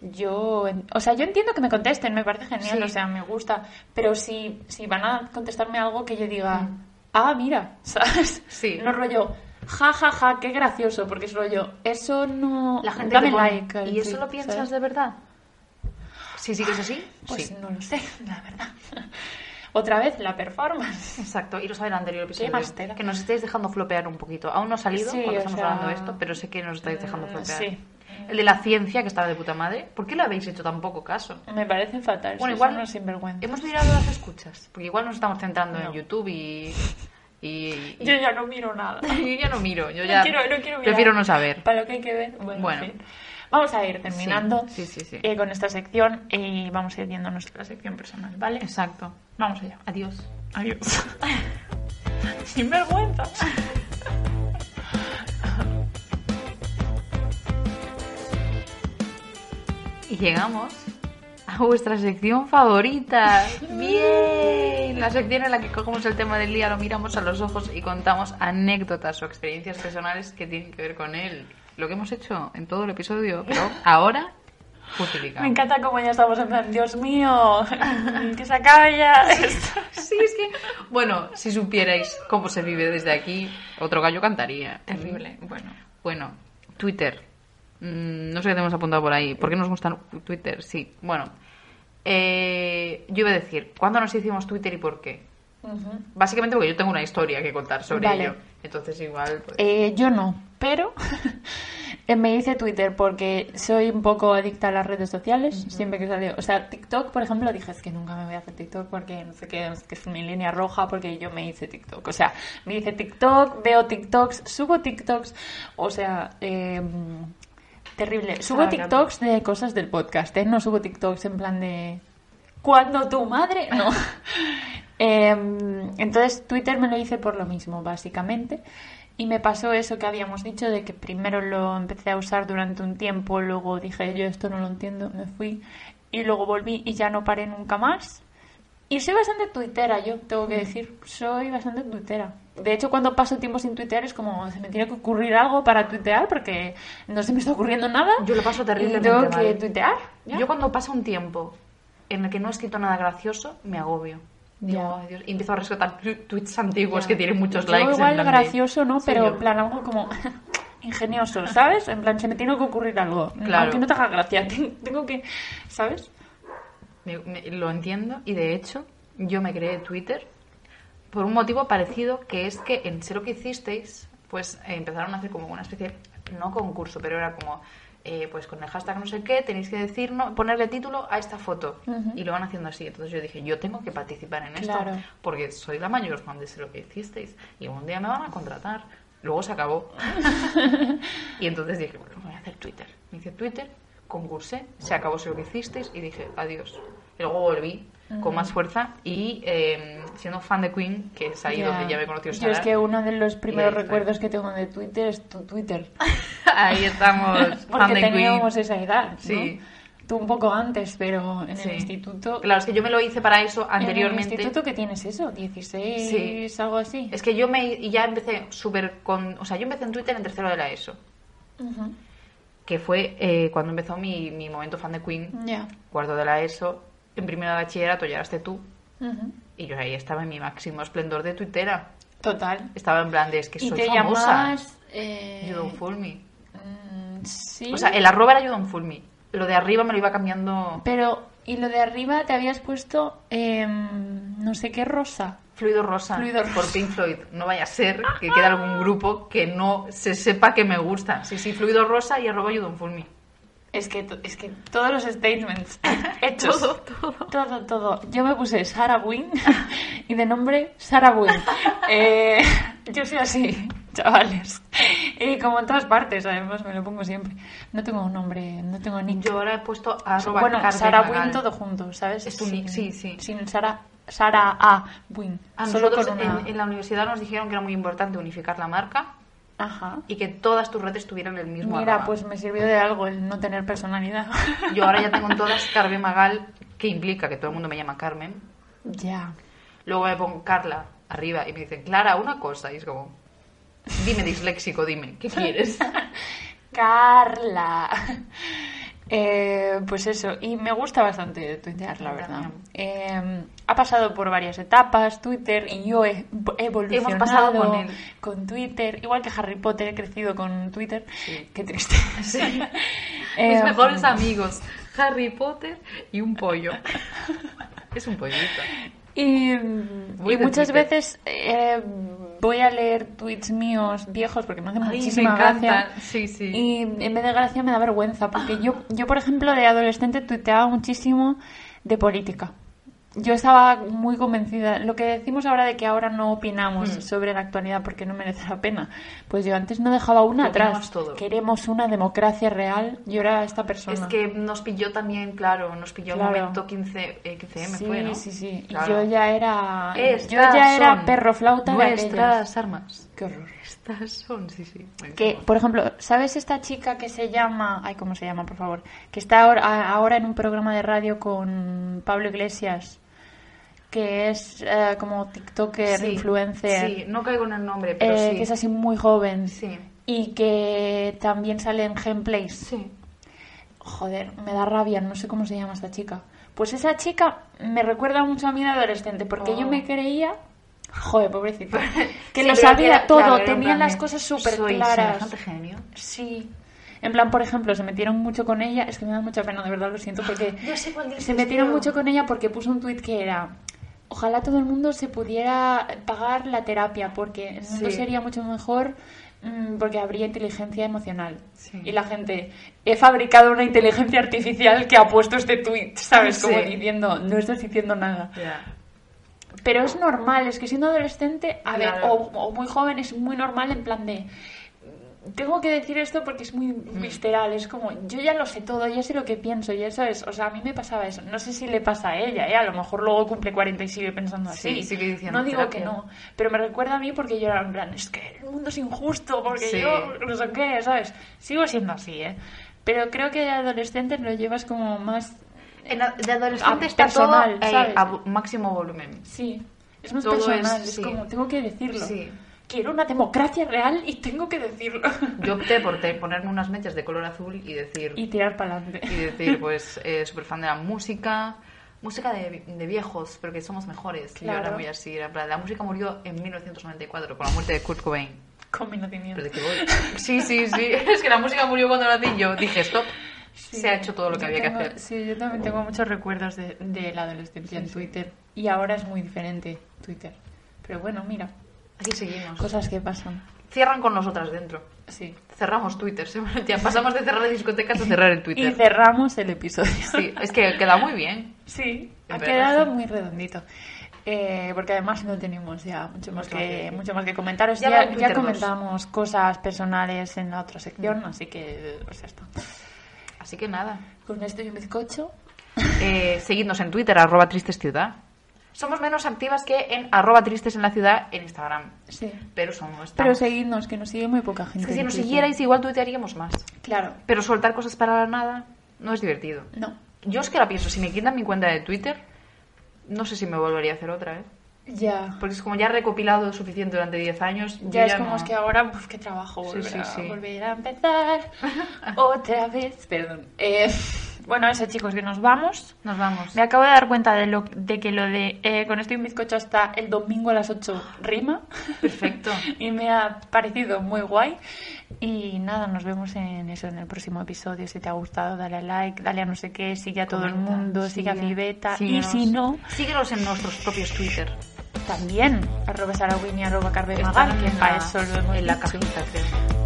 [SPEAKER 1] Yo, en- o sea, yo entiendo que me contesten, me parece genial,
[SPEAKER 2] Sí.
[SPEAKER 1] o sea, me gusta. Pero si, si van a contestarme algo que yo diga,
[SPEAKER 2] Mm.
[SPEAKER 1] ah, mira, ¿sabes?
[SPEAKER 2] Sí.
[SPEAKER 1] No rollo, ja, ja, ja, qué gracioso, porque es rollo, eso no.
[SPEAKER 2] La gente
[SPEAKER 1] Dame
[SPEAKER 2] que pone,
[SPEAKER 1] like. al
[SPEAKER 2] ¿Y eso
[SPEAKER 1] tweet",
[SPEAKER 2] lo piensas
[SPEAKER 1] ¿sabes?
[SPEAKER 2] de verdad? Si sigues así,
[SPEAKER 1] Pues
[SPEAKER 2] sí.
[SPEAKER 1] no lo sé, la verdad. Otra vez la performance.
[SPEAKER 2] Exacto, iros a ver el anterior episodio.
[SPEAKER 1] más te da?
[SPEAKER 2] Que nos estáis dejando flopear un poquito. Aún no ha salido
[SPEAKER 1] Sí,
[SPEAKER 2] cuando
[SPEAKER 1] o
[SPEAKER 2] estamos
[SPEAKER 1] sea,
[SPEAKER 2] hablando de esto, pero sé que nos estáis dejando
[SPEAKER 1] mm,
[SPEAKER 2] flopear.
[SPEAKER 1] sí.
[SPEAKER 2] El de la ciencia, que estaba de puta madre. ¿Por qué le habéis hecho tan poco caso?
[SPEAKER 1] Me parece fatal.
[SPEAKER 2] Bueno,
[SPEAKER 1] sí,
[SPEAKER 2] igual
[SPEAKER 1] son unos sinvergüenzas.
[SPEAKER 2] hemos mirado las escuchas, porque igual nos estamos centrando
[SPEAKER 1] No.
[SPEAKER 2] en YouTube y... y- y-
[SPEAKER 1] Yo ya no miro nada.
[SPEAKER 2] yo ya no miro, yo ya
[SPEAKER 1] no quiero, no quiero mirar.
[SPEAKER 2] prefiero no saber.
[SPEAKER 1] Para lo que hay que ver. Bueno,
[SPEAKER 2] Bueno.
[SPEAKER 1] en fin. vamos a ir terminando
[SPEAKER 2] Sí, sí, sí, sí.
[SPEAKER 1] eh, con esta sección y vamos a ir viendo nuestra sección personal, ¿vale?
[SPEAKER 2] Exacto.
[SPEAKER 1] Vamos allá.
[SPEAKER 2] Adiós.
[SPEAKER 1] Adiós. Sin vergüenza.
[SPEAKER 2] Y llegamos a vuestra sección favorita. ¡Bien! La sección en la que cogemos el tema del día, lo miramos a los ojos y contamos anécdotas o experiencias personales que tienen que ver con él. Lo que hemos hecho en todo el episodio, pero ahora justificado.
[SPEAKER 1] Me encanta cómo ya estamos en plan, Dios mío, que se acabe ya esto.
[SPEAKER 2] Sí, es que... Bueno, si supierais cómo se vive desde aquí, otro gallo cantaría.
[SPEAKER 1] Terrible. Bueno.
[SPEAKER 2] Bueno, Twitter. Mm, No sé qué tenemos apuntado por ahí. ¿Por qué nos gusta Twitter? Sí, bueno. Eh, yo iba a decir, ¿cuándo nos hicimos Twitter y por qué?
[SPEAKER 1] Ujú.
[SPEAKER 2] Básicamente porque yo tengo una historia que contar sobre
[SPEAKER 1] Vale.
[SPEAKER 2] ello. Entonces igual... pues-
[SPEAKER 1] Eh, yo no, pero eh, me hice Twitter porque soy un poco adicta a las redes sociales, siempre que salió. O sea, TikTok, por ejemplo, dije, es que nunca me voy a hacer TikTok porque no sé qué, es que es mi línea roja porque yo me hice TikTok. O sea, me hice TikTok, veo TikToks, subo TikToks, o sea... eh, Terrible. Subo
[SPEAKER 2] Extravagante.
[SPEAKER 1] TikToks de cosas del podcast, ¿eh? No subo TikToks en plan de... Cuando tu madre... No. Em, entonces Twitter me lo hice por lo mismo, básicamente. Y me pasó eso que habíamos dicho, de que primero lo empecé a usar durante un tiempo, luego dije, yo esto no lo entiendo, me fui. Y luego volví y ya no paré nunca más. Y soy bastante tuitera, yo tengo que decir, soy bastante tuitera. De hecho, cuando paso tiempo sin tuitear es como, se me tiene que ocurrir algo para tuitear porque no se me está ocurriendo nada.
[SPEAKER 2] Yo lo paso
[SPEAKER 1] terrible.
[SPEAKER 2] terriblemente
[SPEAKER 1] Tengo que
[SPEAKER 2] mal.
[SPEAKER 1] tuitear. ya.
[SPEAKER 2] Yo cuando pasa un tiempo en el que no he escrito nada gracioso, me agobio. Digo,
[SPEAKER 1] Ya.
[SPEAKER 2] "Ay, Dios", Y empiezo a rescatar tu- tweets antiguos
[SPEAKER 1] Ya.
[SPEAKER 2] Pues que tienen muchos
[SPEAKER 1] Yo
[SPEAKER 2] likes. en
[SPEAKER 1] Igual
[SPEAKER 2] plan de-
[SPEAKER 1] gracioso, ¿no?
[SPEAKER 2] Sí,
[SPEAKER 1] Pero
[SPEAKER 2] yo-
[SPEAKER 1] en plan algo como ingenioso, ¿sabes? En plan, se me tiene que ocurrir algo.
[SPEAKER 2] Claro.
[SPEAKER 1] Aunque no te haga gracia, ten- tengo que, ¿sabes?
[SPEAKER 2] Me- me- lo entiendo y de hecho yo me creé Twitter por un motivo parecido que es que en Sé lo que hicisteis pues eh, empezaron a hacer como una especie, no concurso, pero era como, eh, pues con el hashtag no sé qué, tenéis que decir, no, ponerle título a esta foto.
[SPEAKER 1] Ujú.
[SPEAKER 2] Y lo van haciendo así. Entonces yo dije, yo tengo que participar en esto,
[SPEAKER 1] Claro.
[SPEAKER 2] porque soy la mayor fan de sé lo que hicisteis. Y algún día me van a contratar. Luego se acabó. y entonces dije, bueno, voy a hacer Twitter. Me hice Twitter, concursé, se acabó sé lo que hicisteis y dije, adiós. Y luego volví con más fuerza y eh, siendo fan de Queen, que es ahí donde ya me conoció
[SPEAKER 1] Yo
[SPEAKER 2] Sara.
[SPEAKER 1] es que uno de los primeros
[SPEAKER 2] hice.
[SPEAKER 1] recuerdos que tengo de Twitter es tu Twitter.
[SPEAKER 2] ahí estamos, fan
[SPEAKER 1] Porque
[SPEAKER 2] de Queen.
[SPEAKER 1] teníamos esa edad, ¿no?
[SPEAKER 2] Sí.
[SPEAKER 1] Tú un poco antes, pero en
[SPEAKER 2] Sí.
[SPEAKER 1] el instituto...
[SPEAKER 2] Claro, es que yo me lo hice para eso
[SPEAKER 1] ¿En
[SPEAKER 2] anteriormente.
[SPEAKER 1] el instituto que tienes eso? ¿16?
[SPEAKER 2] Sí.
[SPEAKER 1] ¿Algo así?
[SPEAKER 2] Es que yo me y ya empecé súper con... O sea, yo empecé en Twitter en tercero de la ESO,
[SPEAKER 1] Ujú.
[SPEAKER 2] que fue eh, cuando empezó mi, mi momento fan de Queen,
[SPEAKER 1] Ya.
[SPEAKER 2] cuarto de la ESO, en primero de bachillerato llegaste tú,
[SPEAKER 1] Ujú.
[SPEAKER 2] y yo ahí estaba en mi máximo esplendor de Twittera.
[SPEAKER 1] Total.
[SPEAKER 2] Estaba en plan de, es que
[SPEAKER 1] y
[SPEAKER 2] soy
[SPEAKER 1] te
[SPEAKER 2] famosa.
[SPEAKER 1] llamabas... eh,
[SPEAKER 2] You don't fool me.
[SPEAKER 1] mm, sí.
[SPEAKER 2] O sea, eh. el arroba era You don't fool me. Lo de arriba me lo iba cambiando
[SPEAKER 1] Pero, y lo de arriba te habías puesto em, no sé qué rosa.
[SPEAKER 2] Fluido Rosa
[SPEAKER 1] Fluido
[SPEAKER 2] por
[SPEAKER 1] Rosa.
[SPEAKER 2] Pink Floyd. No vaya a ser que quede algún grupo que no se sepa que me gusta. Sí, sí, Fluido Rosa y arroba You don't fool me.
[SPEAKER 1] Es que, to- es que todos los statements hechos. todo, todo. Todo, Yo me puse Sarah Wynn y de nombre Sarah Wynn. Eh, yo soy así, chavales. Y como en todas partes, además, me lo pongo siempre. No tengo un nombre, no tengo nick.
[SPEAKER 2] Yo ahora he puesto arroba
[SPEAKER 1] bueno,
[SPEAKER 2] Carmen
[SPEAKER 1] Sarah
[SPEAKER 2] Magal.
[SPEAKER 1] Wynn todo junto, ¿sabes?
[SPEAKER 2] Es tu
[SPEAKER 1] Sin-
[SPEAKER 2] nick, sí, sí.
[SPEAKER 1] Sin Sara, Sara A. Wynn.
[SPEAKER 2] A
[SPEAKER 1] Solo
[SPEAKER 2] nosotros
[SPEAKER 1] con una...
[SPEAKER 2] en, en la universidad nos dijeron que era muy importante unificar la marca
[SPEAKER 1] Ajá.
[SPEAKER 2] y que todas tus redes tuvieran el mismo
[SPEAKER 1] Mira,
[SPEAKER 2] arroba.
[SPEAKER 1] pues me sirvió de algo el no tener personalidad.
[SPEAKER 2] Yo ahora ya tengo en todas Carmen Magal, que implica que todo el mundo me llama Carmen.
[SPEAKER 1] Ya.
[SPEAKER 2] Luego me pongo Carla arriba y me dicen, Clara, una cosa. Y es como, dime disléxico, dime, ¿qué quieres?
[SPEAKER 1] Carla. Eh, pues eso, y me gusta bastante tuitear, la
[SPEAKER 2] A mí
[SPEAKER 1] verdad.
[SPEAKER 2] también.
[SPEAKER 1] Eh, ha pasado por varias etapas Twitter y yo he he evolucionado
[SPEAKER 2] pasado con él.
[SPEAKER 1] con Twitter, igual que Harry Potter, he crecido con Twitter.
[SPEAKER 2] Sí.
[SPEAKER 1] Qué triste.
[SPEAKER 2] Sí.
[SPEAKER 1] Eh,
[SPEAKER 2] Mis mejores amigos, Harry Potter y un pollo. Es un pollito.
[SPEAKER 1] Y,
[SPEAKER 2] Voy
[SPEAKER 1] y
[SPEAKER 2] de
[SPEAKER 1] muchas
[SPEAKER 2] Twitter.
[SPEAKER 1] veces eh, voy a leer tweets míos viejos porque me hacen
[SPEAKER 2] Ay, me
[SPEAKER 1] muchísima
[SPEAKER 2] encanta.
[SPEAKER 1] gracia.
[SPEAKER 2] Sí, sí. Ah.
[SPEAKER 1] Y en vez de gracia me da vergüenza porque yo, yo, por ejemplo, de adolescente tuiteaba muchísimo de política. Yo estaba muy convencida. Lo que decimos ahora de que ahora no opinamos
[SPEAKER 2] Mm.
[SPEAKER 1] sobre la actualidad porque no merece la pena. Pues yo antes no dejaba una
[SPEAKER 2] Lo opinamos
[SPEAKER 1] atrás.
[SPEAKER 2] todo.
[SPEAKER 1] Queremos una democracia real. Yo era esta persona.
[SPEAKER 2] Es que nos pilló también, claro, nos pilló
[SPEAKER 1] Claro.
[SPEAKER 2] el momento 15, eh, 15M,
[SPEAKER 1] sí,
[SPEAKER 2] fue, ¿no?
[SPEAKER 1] sí, sí. Y
[SPEAKER 2] Claro.
[SPEAKER 1] Yo ya era.
[SPEAKER 2] Estas
[SPEAKER 1] yo ya era
[SPEAKER 2] son
[SPEAKER 1] perro flauta de aquellas.
[SPEAKER 2] Nuestras armas.
[SPEAKER 1] Qué horror.
[SPEAKER 2] Estas son, sí, sí.
[SPEAKER 1] Que, por ejemplo, ¿sabes esta chica que se llama. Ay, ¿cómo se llama, por favor? Que está ahora, a- ahora en un programa de radio con Pablo Iglesias. Que es eh, como TikToker,
[SPEAKER 2] Sí,
[SPEAKER 1] influencer.
[SPEAKER 2] Sí, no caigo en el nombre, pero
[SPEAKER 1] eh,
[SPEAKER 2] sí.
[SPEAKER 1] Que es así muy joven.
[SPEAKER 2] Sí.
[SPEAKER 1] Y que también sale en Gameplays.
[SPEAKER 2] Sí.
[SPEAKER 1] Joder, me da rabia, no sé cómo se llama esta chica. Pues esa chica me recuerda mucho a mí de adolescente, porque
[SPEAKER 2] Oh.
[SPEAKER 1] yo me creía. Joder, pobrecito. Que
[SPEAKER 2] Sí,
[SPEAKER 1] lo
[SPEAKER 2] pero
[SPEAKER 1] sabía
[SPEAKER 2] era-
[SPEAKER 1] todo,
[SPEAKER 2] claro, era en
[SPEAKER 1] tenía
[SPEAKER 2] plan
[SPEAKER 1] las
[SPEAKER 2] de,
[SPEAKER 1] cosas súper
[SPEAKER 2] soy
[SPEAKER 1] claras.
[SPEAKER 2] semejante genio.
[SPEAKER 1] Sí. En plan, por ejemplo, se metieron mucho con ella. Es que me da mucha pena, de verdad, lo siento, porque
[SPEAKER 2] Yo sé cuál dices,
[SPEAKER 1] se metieron
[SPEAKER 2] tío.
[SPEAKER 1] mucho con ella porque puso un tuit que era. Ojalá todo el mundo se pudiera pagar la terapia, porque el mundo
[SPEAKER 2] Sí.
[SPEAKER 1] sería mucho mejor mm, porque habría inteligencia emocional.
[SPEAKER 2] Sí.
[SPEAKER 1] Y la gente, he fabricado una inteligencia artificial que ha puesto este tuit, ¿sabes? Como
[SPEAKER 2] Sí.
[SPEAKER 1] diciendo, no estás diciendo nada.
[SPEAKER 2] Ya.
[SPEAKER 1] Pero es normal, es que siendo adolescente, a ver,
[SPEAKER 2] Claro.
[SPEAKER 1] o, o muy joven, es muy normal en plan de. "Mm, Tengo que decir esto porque es muy
[SPEAKER 2] Mm.
[SPEAKER 1] visceral, es como, yo ya lo sé todo, ya sé lo que pienso, y eso es, o sea, a mí me pasaba eso, no sé si le pasa a ella, ¿eh? a lo mejor luego cumple 40 y sigue pensando
[SPEAKER 2] Sí,
[SPEAKER 1] así,
[SPEAKER 2] sigue diciendo
[SPEAKER 1] no digo
[SPEAKER 2] terapia.
[SPEAKER 1] que no, pero me recuerda a mí porque yo era en plan, es que el mundo es injusto, porque
[SPEAKER 2] Sí.
[SPEAKER 1] yo no sé qué, ¿sabes? Sigo siendo así, ¿eh? Pero creo que de adolescente lo llevas como más,
[SPEAKER 2] En a- de adolescente
[SPEAKER 1] Ah,
[SPEAKER 2] está
[SPEAKER 1] personal,
[SPEAKER 2] todo eh,
[SPEAKER 1] ¿sabes?
[SPEAKER 2] a vo- máximo volumen.
[SPEAKER 1] sí, es más
[SPEAKER 2] Todo es-
[SPEAKER 1] personal, es,
[SPEAKER 2] sí.
[SPEAKER 1] como, tengo que decirlo.
[SPEAKER 2] Sí.
[SPEAKER 1] Quiero una democracia real y tengo que decirlo.
[SPEAKER 2] Yo opté por te- ponerme unas mechas de color azul y decir,
[SPEAKER 1] Y tirar para adelante.
[SPEAKER 2] y decir pues, eh, súper fan de la música, música de, de viejos, pero que somos mejores. que Yo era
[SPEAKER 1] Claro.
[SPEAKER 2] muy así, era en plan, la música murió en 1994 con la muerte de Kurt Cobain.
[SPEAKER 1] Con mi
[SPEAKER 2] Pero de
[SPEAKER 1] nacimiento.
[SPEAKER 2] qué voy. Sí, sí, sí, es que la música murió cuando nací yo. Dije, stop,
[SPEAKER 1] Sí.
[SPEAKER 2] se ha hecho todo lo que
[SPEAKER 1] Yo
[SPEAKER 2] había
[SPEAKER 1] tengo-
[SPEAKER 2] que hacer.
[SPEAKER 1] Sí, yo también tengo muchos recuerdos de, de la adolescencia en Twitter. Y ahora es muy diferente Twitter. Pero bueno, mira,
[SPEAKER 2] Aquí seguimos.
[SPEAKER 1] cosas que pasan.
[SPEAKER 2] cierran con nosotras dentro.
[SPEAKER 1] Sí.
[SPEAKER 2] Cerramos Twitter, se- ya pasamos de cerrar las discotecas a cerrar el
[SPEAKER 1] Y
[SPEAKER 2] Twitter.
[SPEAKER 1] cerramos el episodio.
[SPEAKER 2] Sí, es que queda muy bien.
[SPEAKER 1] Sí,
[SPEAKER 2] En
[SPEAKER 1] ha
[SPEAKER 2] verdad,
[SPEAKER 1] quedado
[SPEAKER 2] sí.
[SPEAKER 1] muy redondito. Eh, porque además no tenemos ya mucho más
[SPEAKER 2] Mucho más que
[SPEAKER 1] que,
[SPEAKER 2] decir.
[SPEAKER 1] mucho más que comentaros.
[SPEAKER 2] Ya
[SPEAKER 1] Ya,
[SPEAKER 2] va el
[SPEAKER 1] ya
[SPEAKER 2] Twitter dos. Mm.
[SPEAKER 1] comentamos cosas personales en la otra sección, así que pues ya está.
[SPEAKER 2] Así que nada.
[SPEAKER 1] Con esto y un bizcocho.
[SPEAKER 2] Eh, seguidnos en Twitter, arroba tristes ciudad. Somos menos activas que en arroba tristes en la ciudad en Instagram.
[SPEAKER 1] Sí.
[SPEAKER 2] Pero somos
[SPEAKER 1] Pero
[SPEAKER 2] estamos.
[SPEAKER 1] seguidnos, que nos sigue muy poca gente.
[SPEAKER 2] Es que
[SPEAKER 1] en
[SPEAKER 2] si nos
[SPEAKER 1] Twitter.
[SPEAKER 2] siguierais igual tuitearíamos más.
[SPEAKER 1] Claro,
[SPEAKER 2] Pero soltar cosas para la nada no es divertido.
[SPEAKER 1] no.
[SPEAKER 2] Yo es que la pienso, si me quitan mi cuenta de Twitter, no sé si me volvería a hacer otra, ¿eh?
[SPEAKER 1] Ya.
[SPEAKER 2] Porque es como ya he recopilado suficiente durante 10 años. yo
[SPEAKER 1] Pues Ya es como
[SPEAKER 2] no-
[SPEAKER 1] es que ahora, pues qué trabajo,
[SPEAKER 2] Sí,
[SPEAKER 1] volver,
[SPEAKER 2] sí,
[SPEAKER 1] a,
[SPEAKER 2] sí.
[SPEAKER 1] volver a empezar otra vez. Perdón. Eh, bueno, eso chicos, que nos vamos.
[SPEAKER 2] Nos vamos.
[SPEAKER 1] Me acabo de dar cuenta de, lo, de que lo de eh, con esto y un bizcocho hasta el domingo a las 8 rima.
[SPEAKER 2] Perfecto.
[SPEAKER 1] y me ha parecido muy guay. Y nada, nos vemos en eso, en el próximo episodio. Si te ha gustado, dale a like, dale a no sé qué, sigue a todo el
[SPEAKER 2] Comenta,
[SPEAKER 1] mundo, sigue a
[SPEAKER 2] sigue,
[SPEAKER 1] Fibeta. Y
[SPEAKER 2] síguenos.
[SPEAKER 1] si no,
[SPEAKER 2] Síguenos en nuestros propios Twitter.
[SPEAKER 1] también arroba Sarawin y arroba Carve
[SPEAKER 2] Están
[SPEAKER 1] Magal, que
[SPEAKER 2] en
[SPEAKER 1] para
[SPEAKER 2] la-
[SPEAKER 1] eso lo hemos
[SPEAKER 2] en la
[SPEAKER 1] dicho.
[SPEAKER 2] cajita, creo.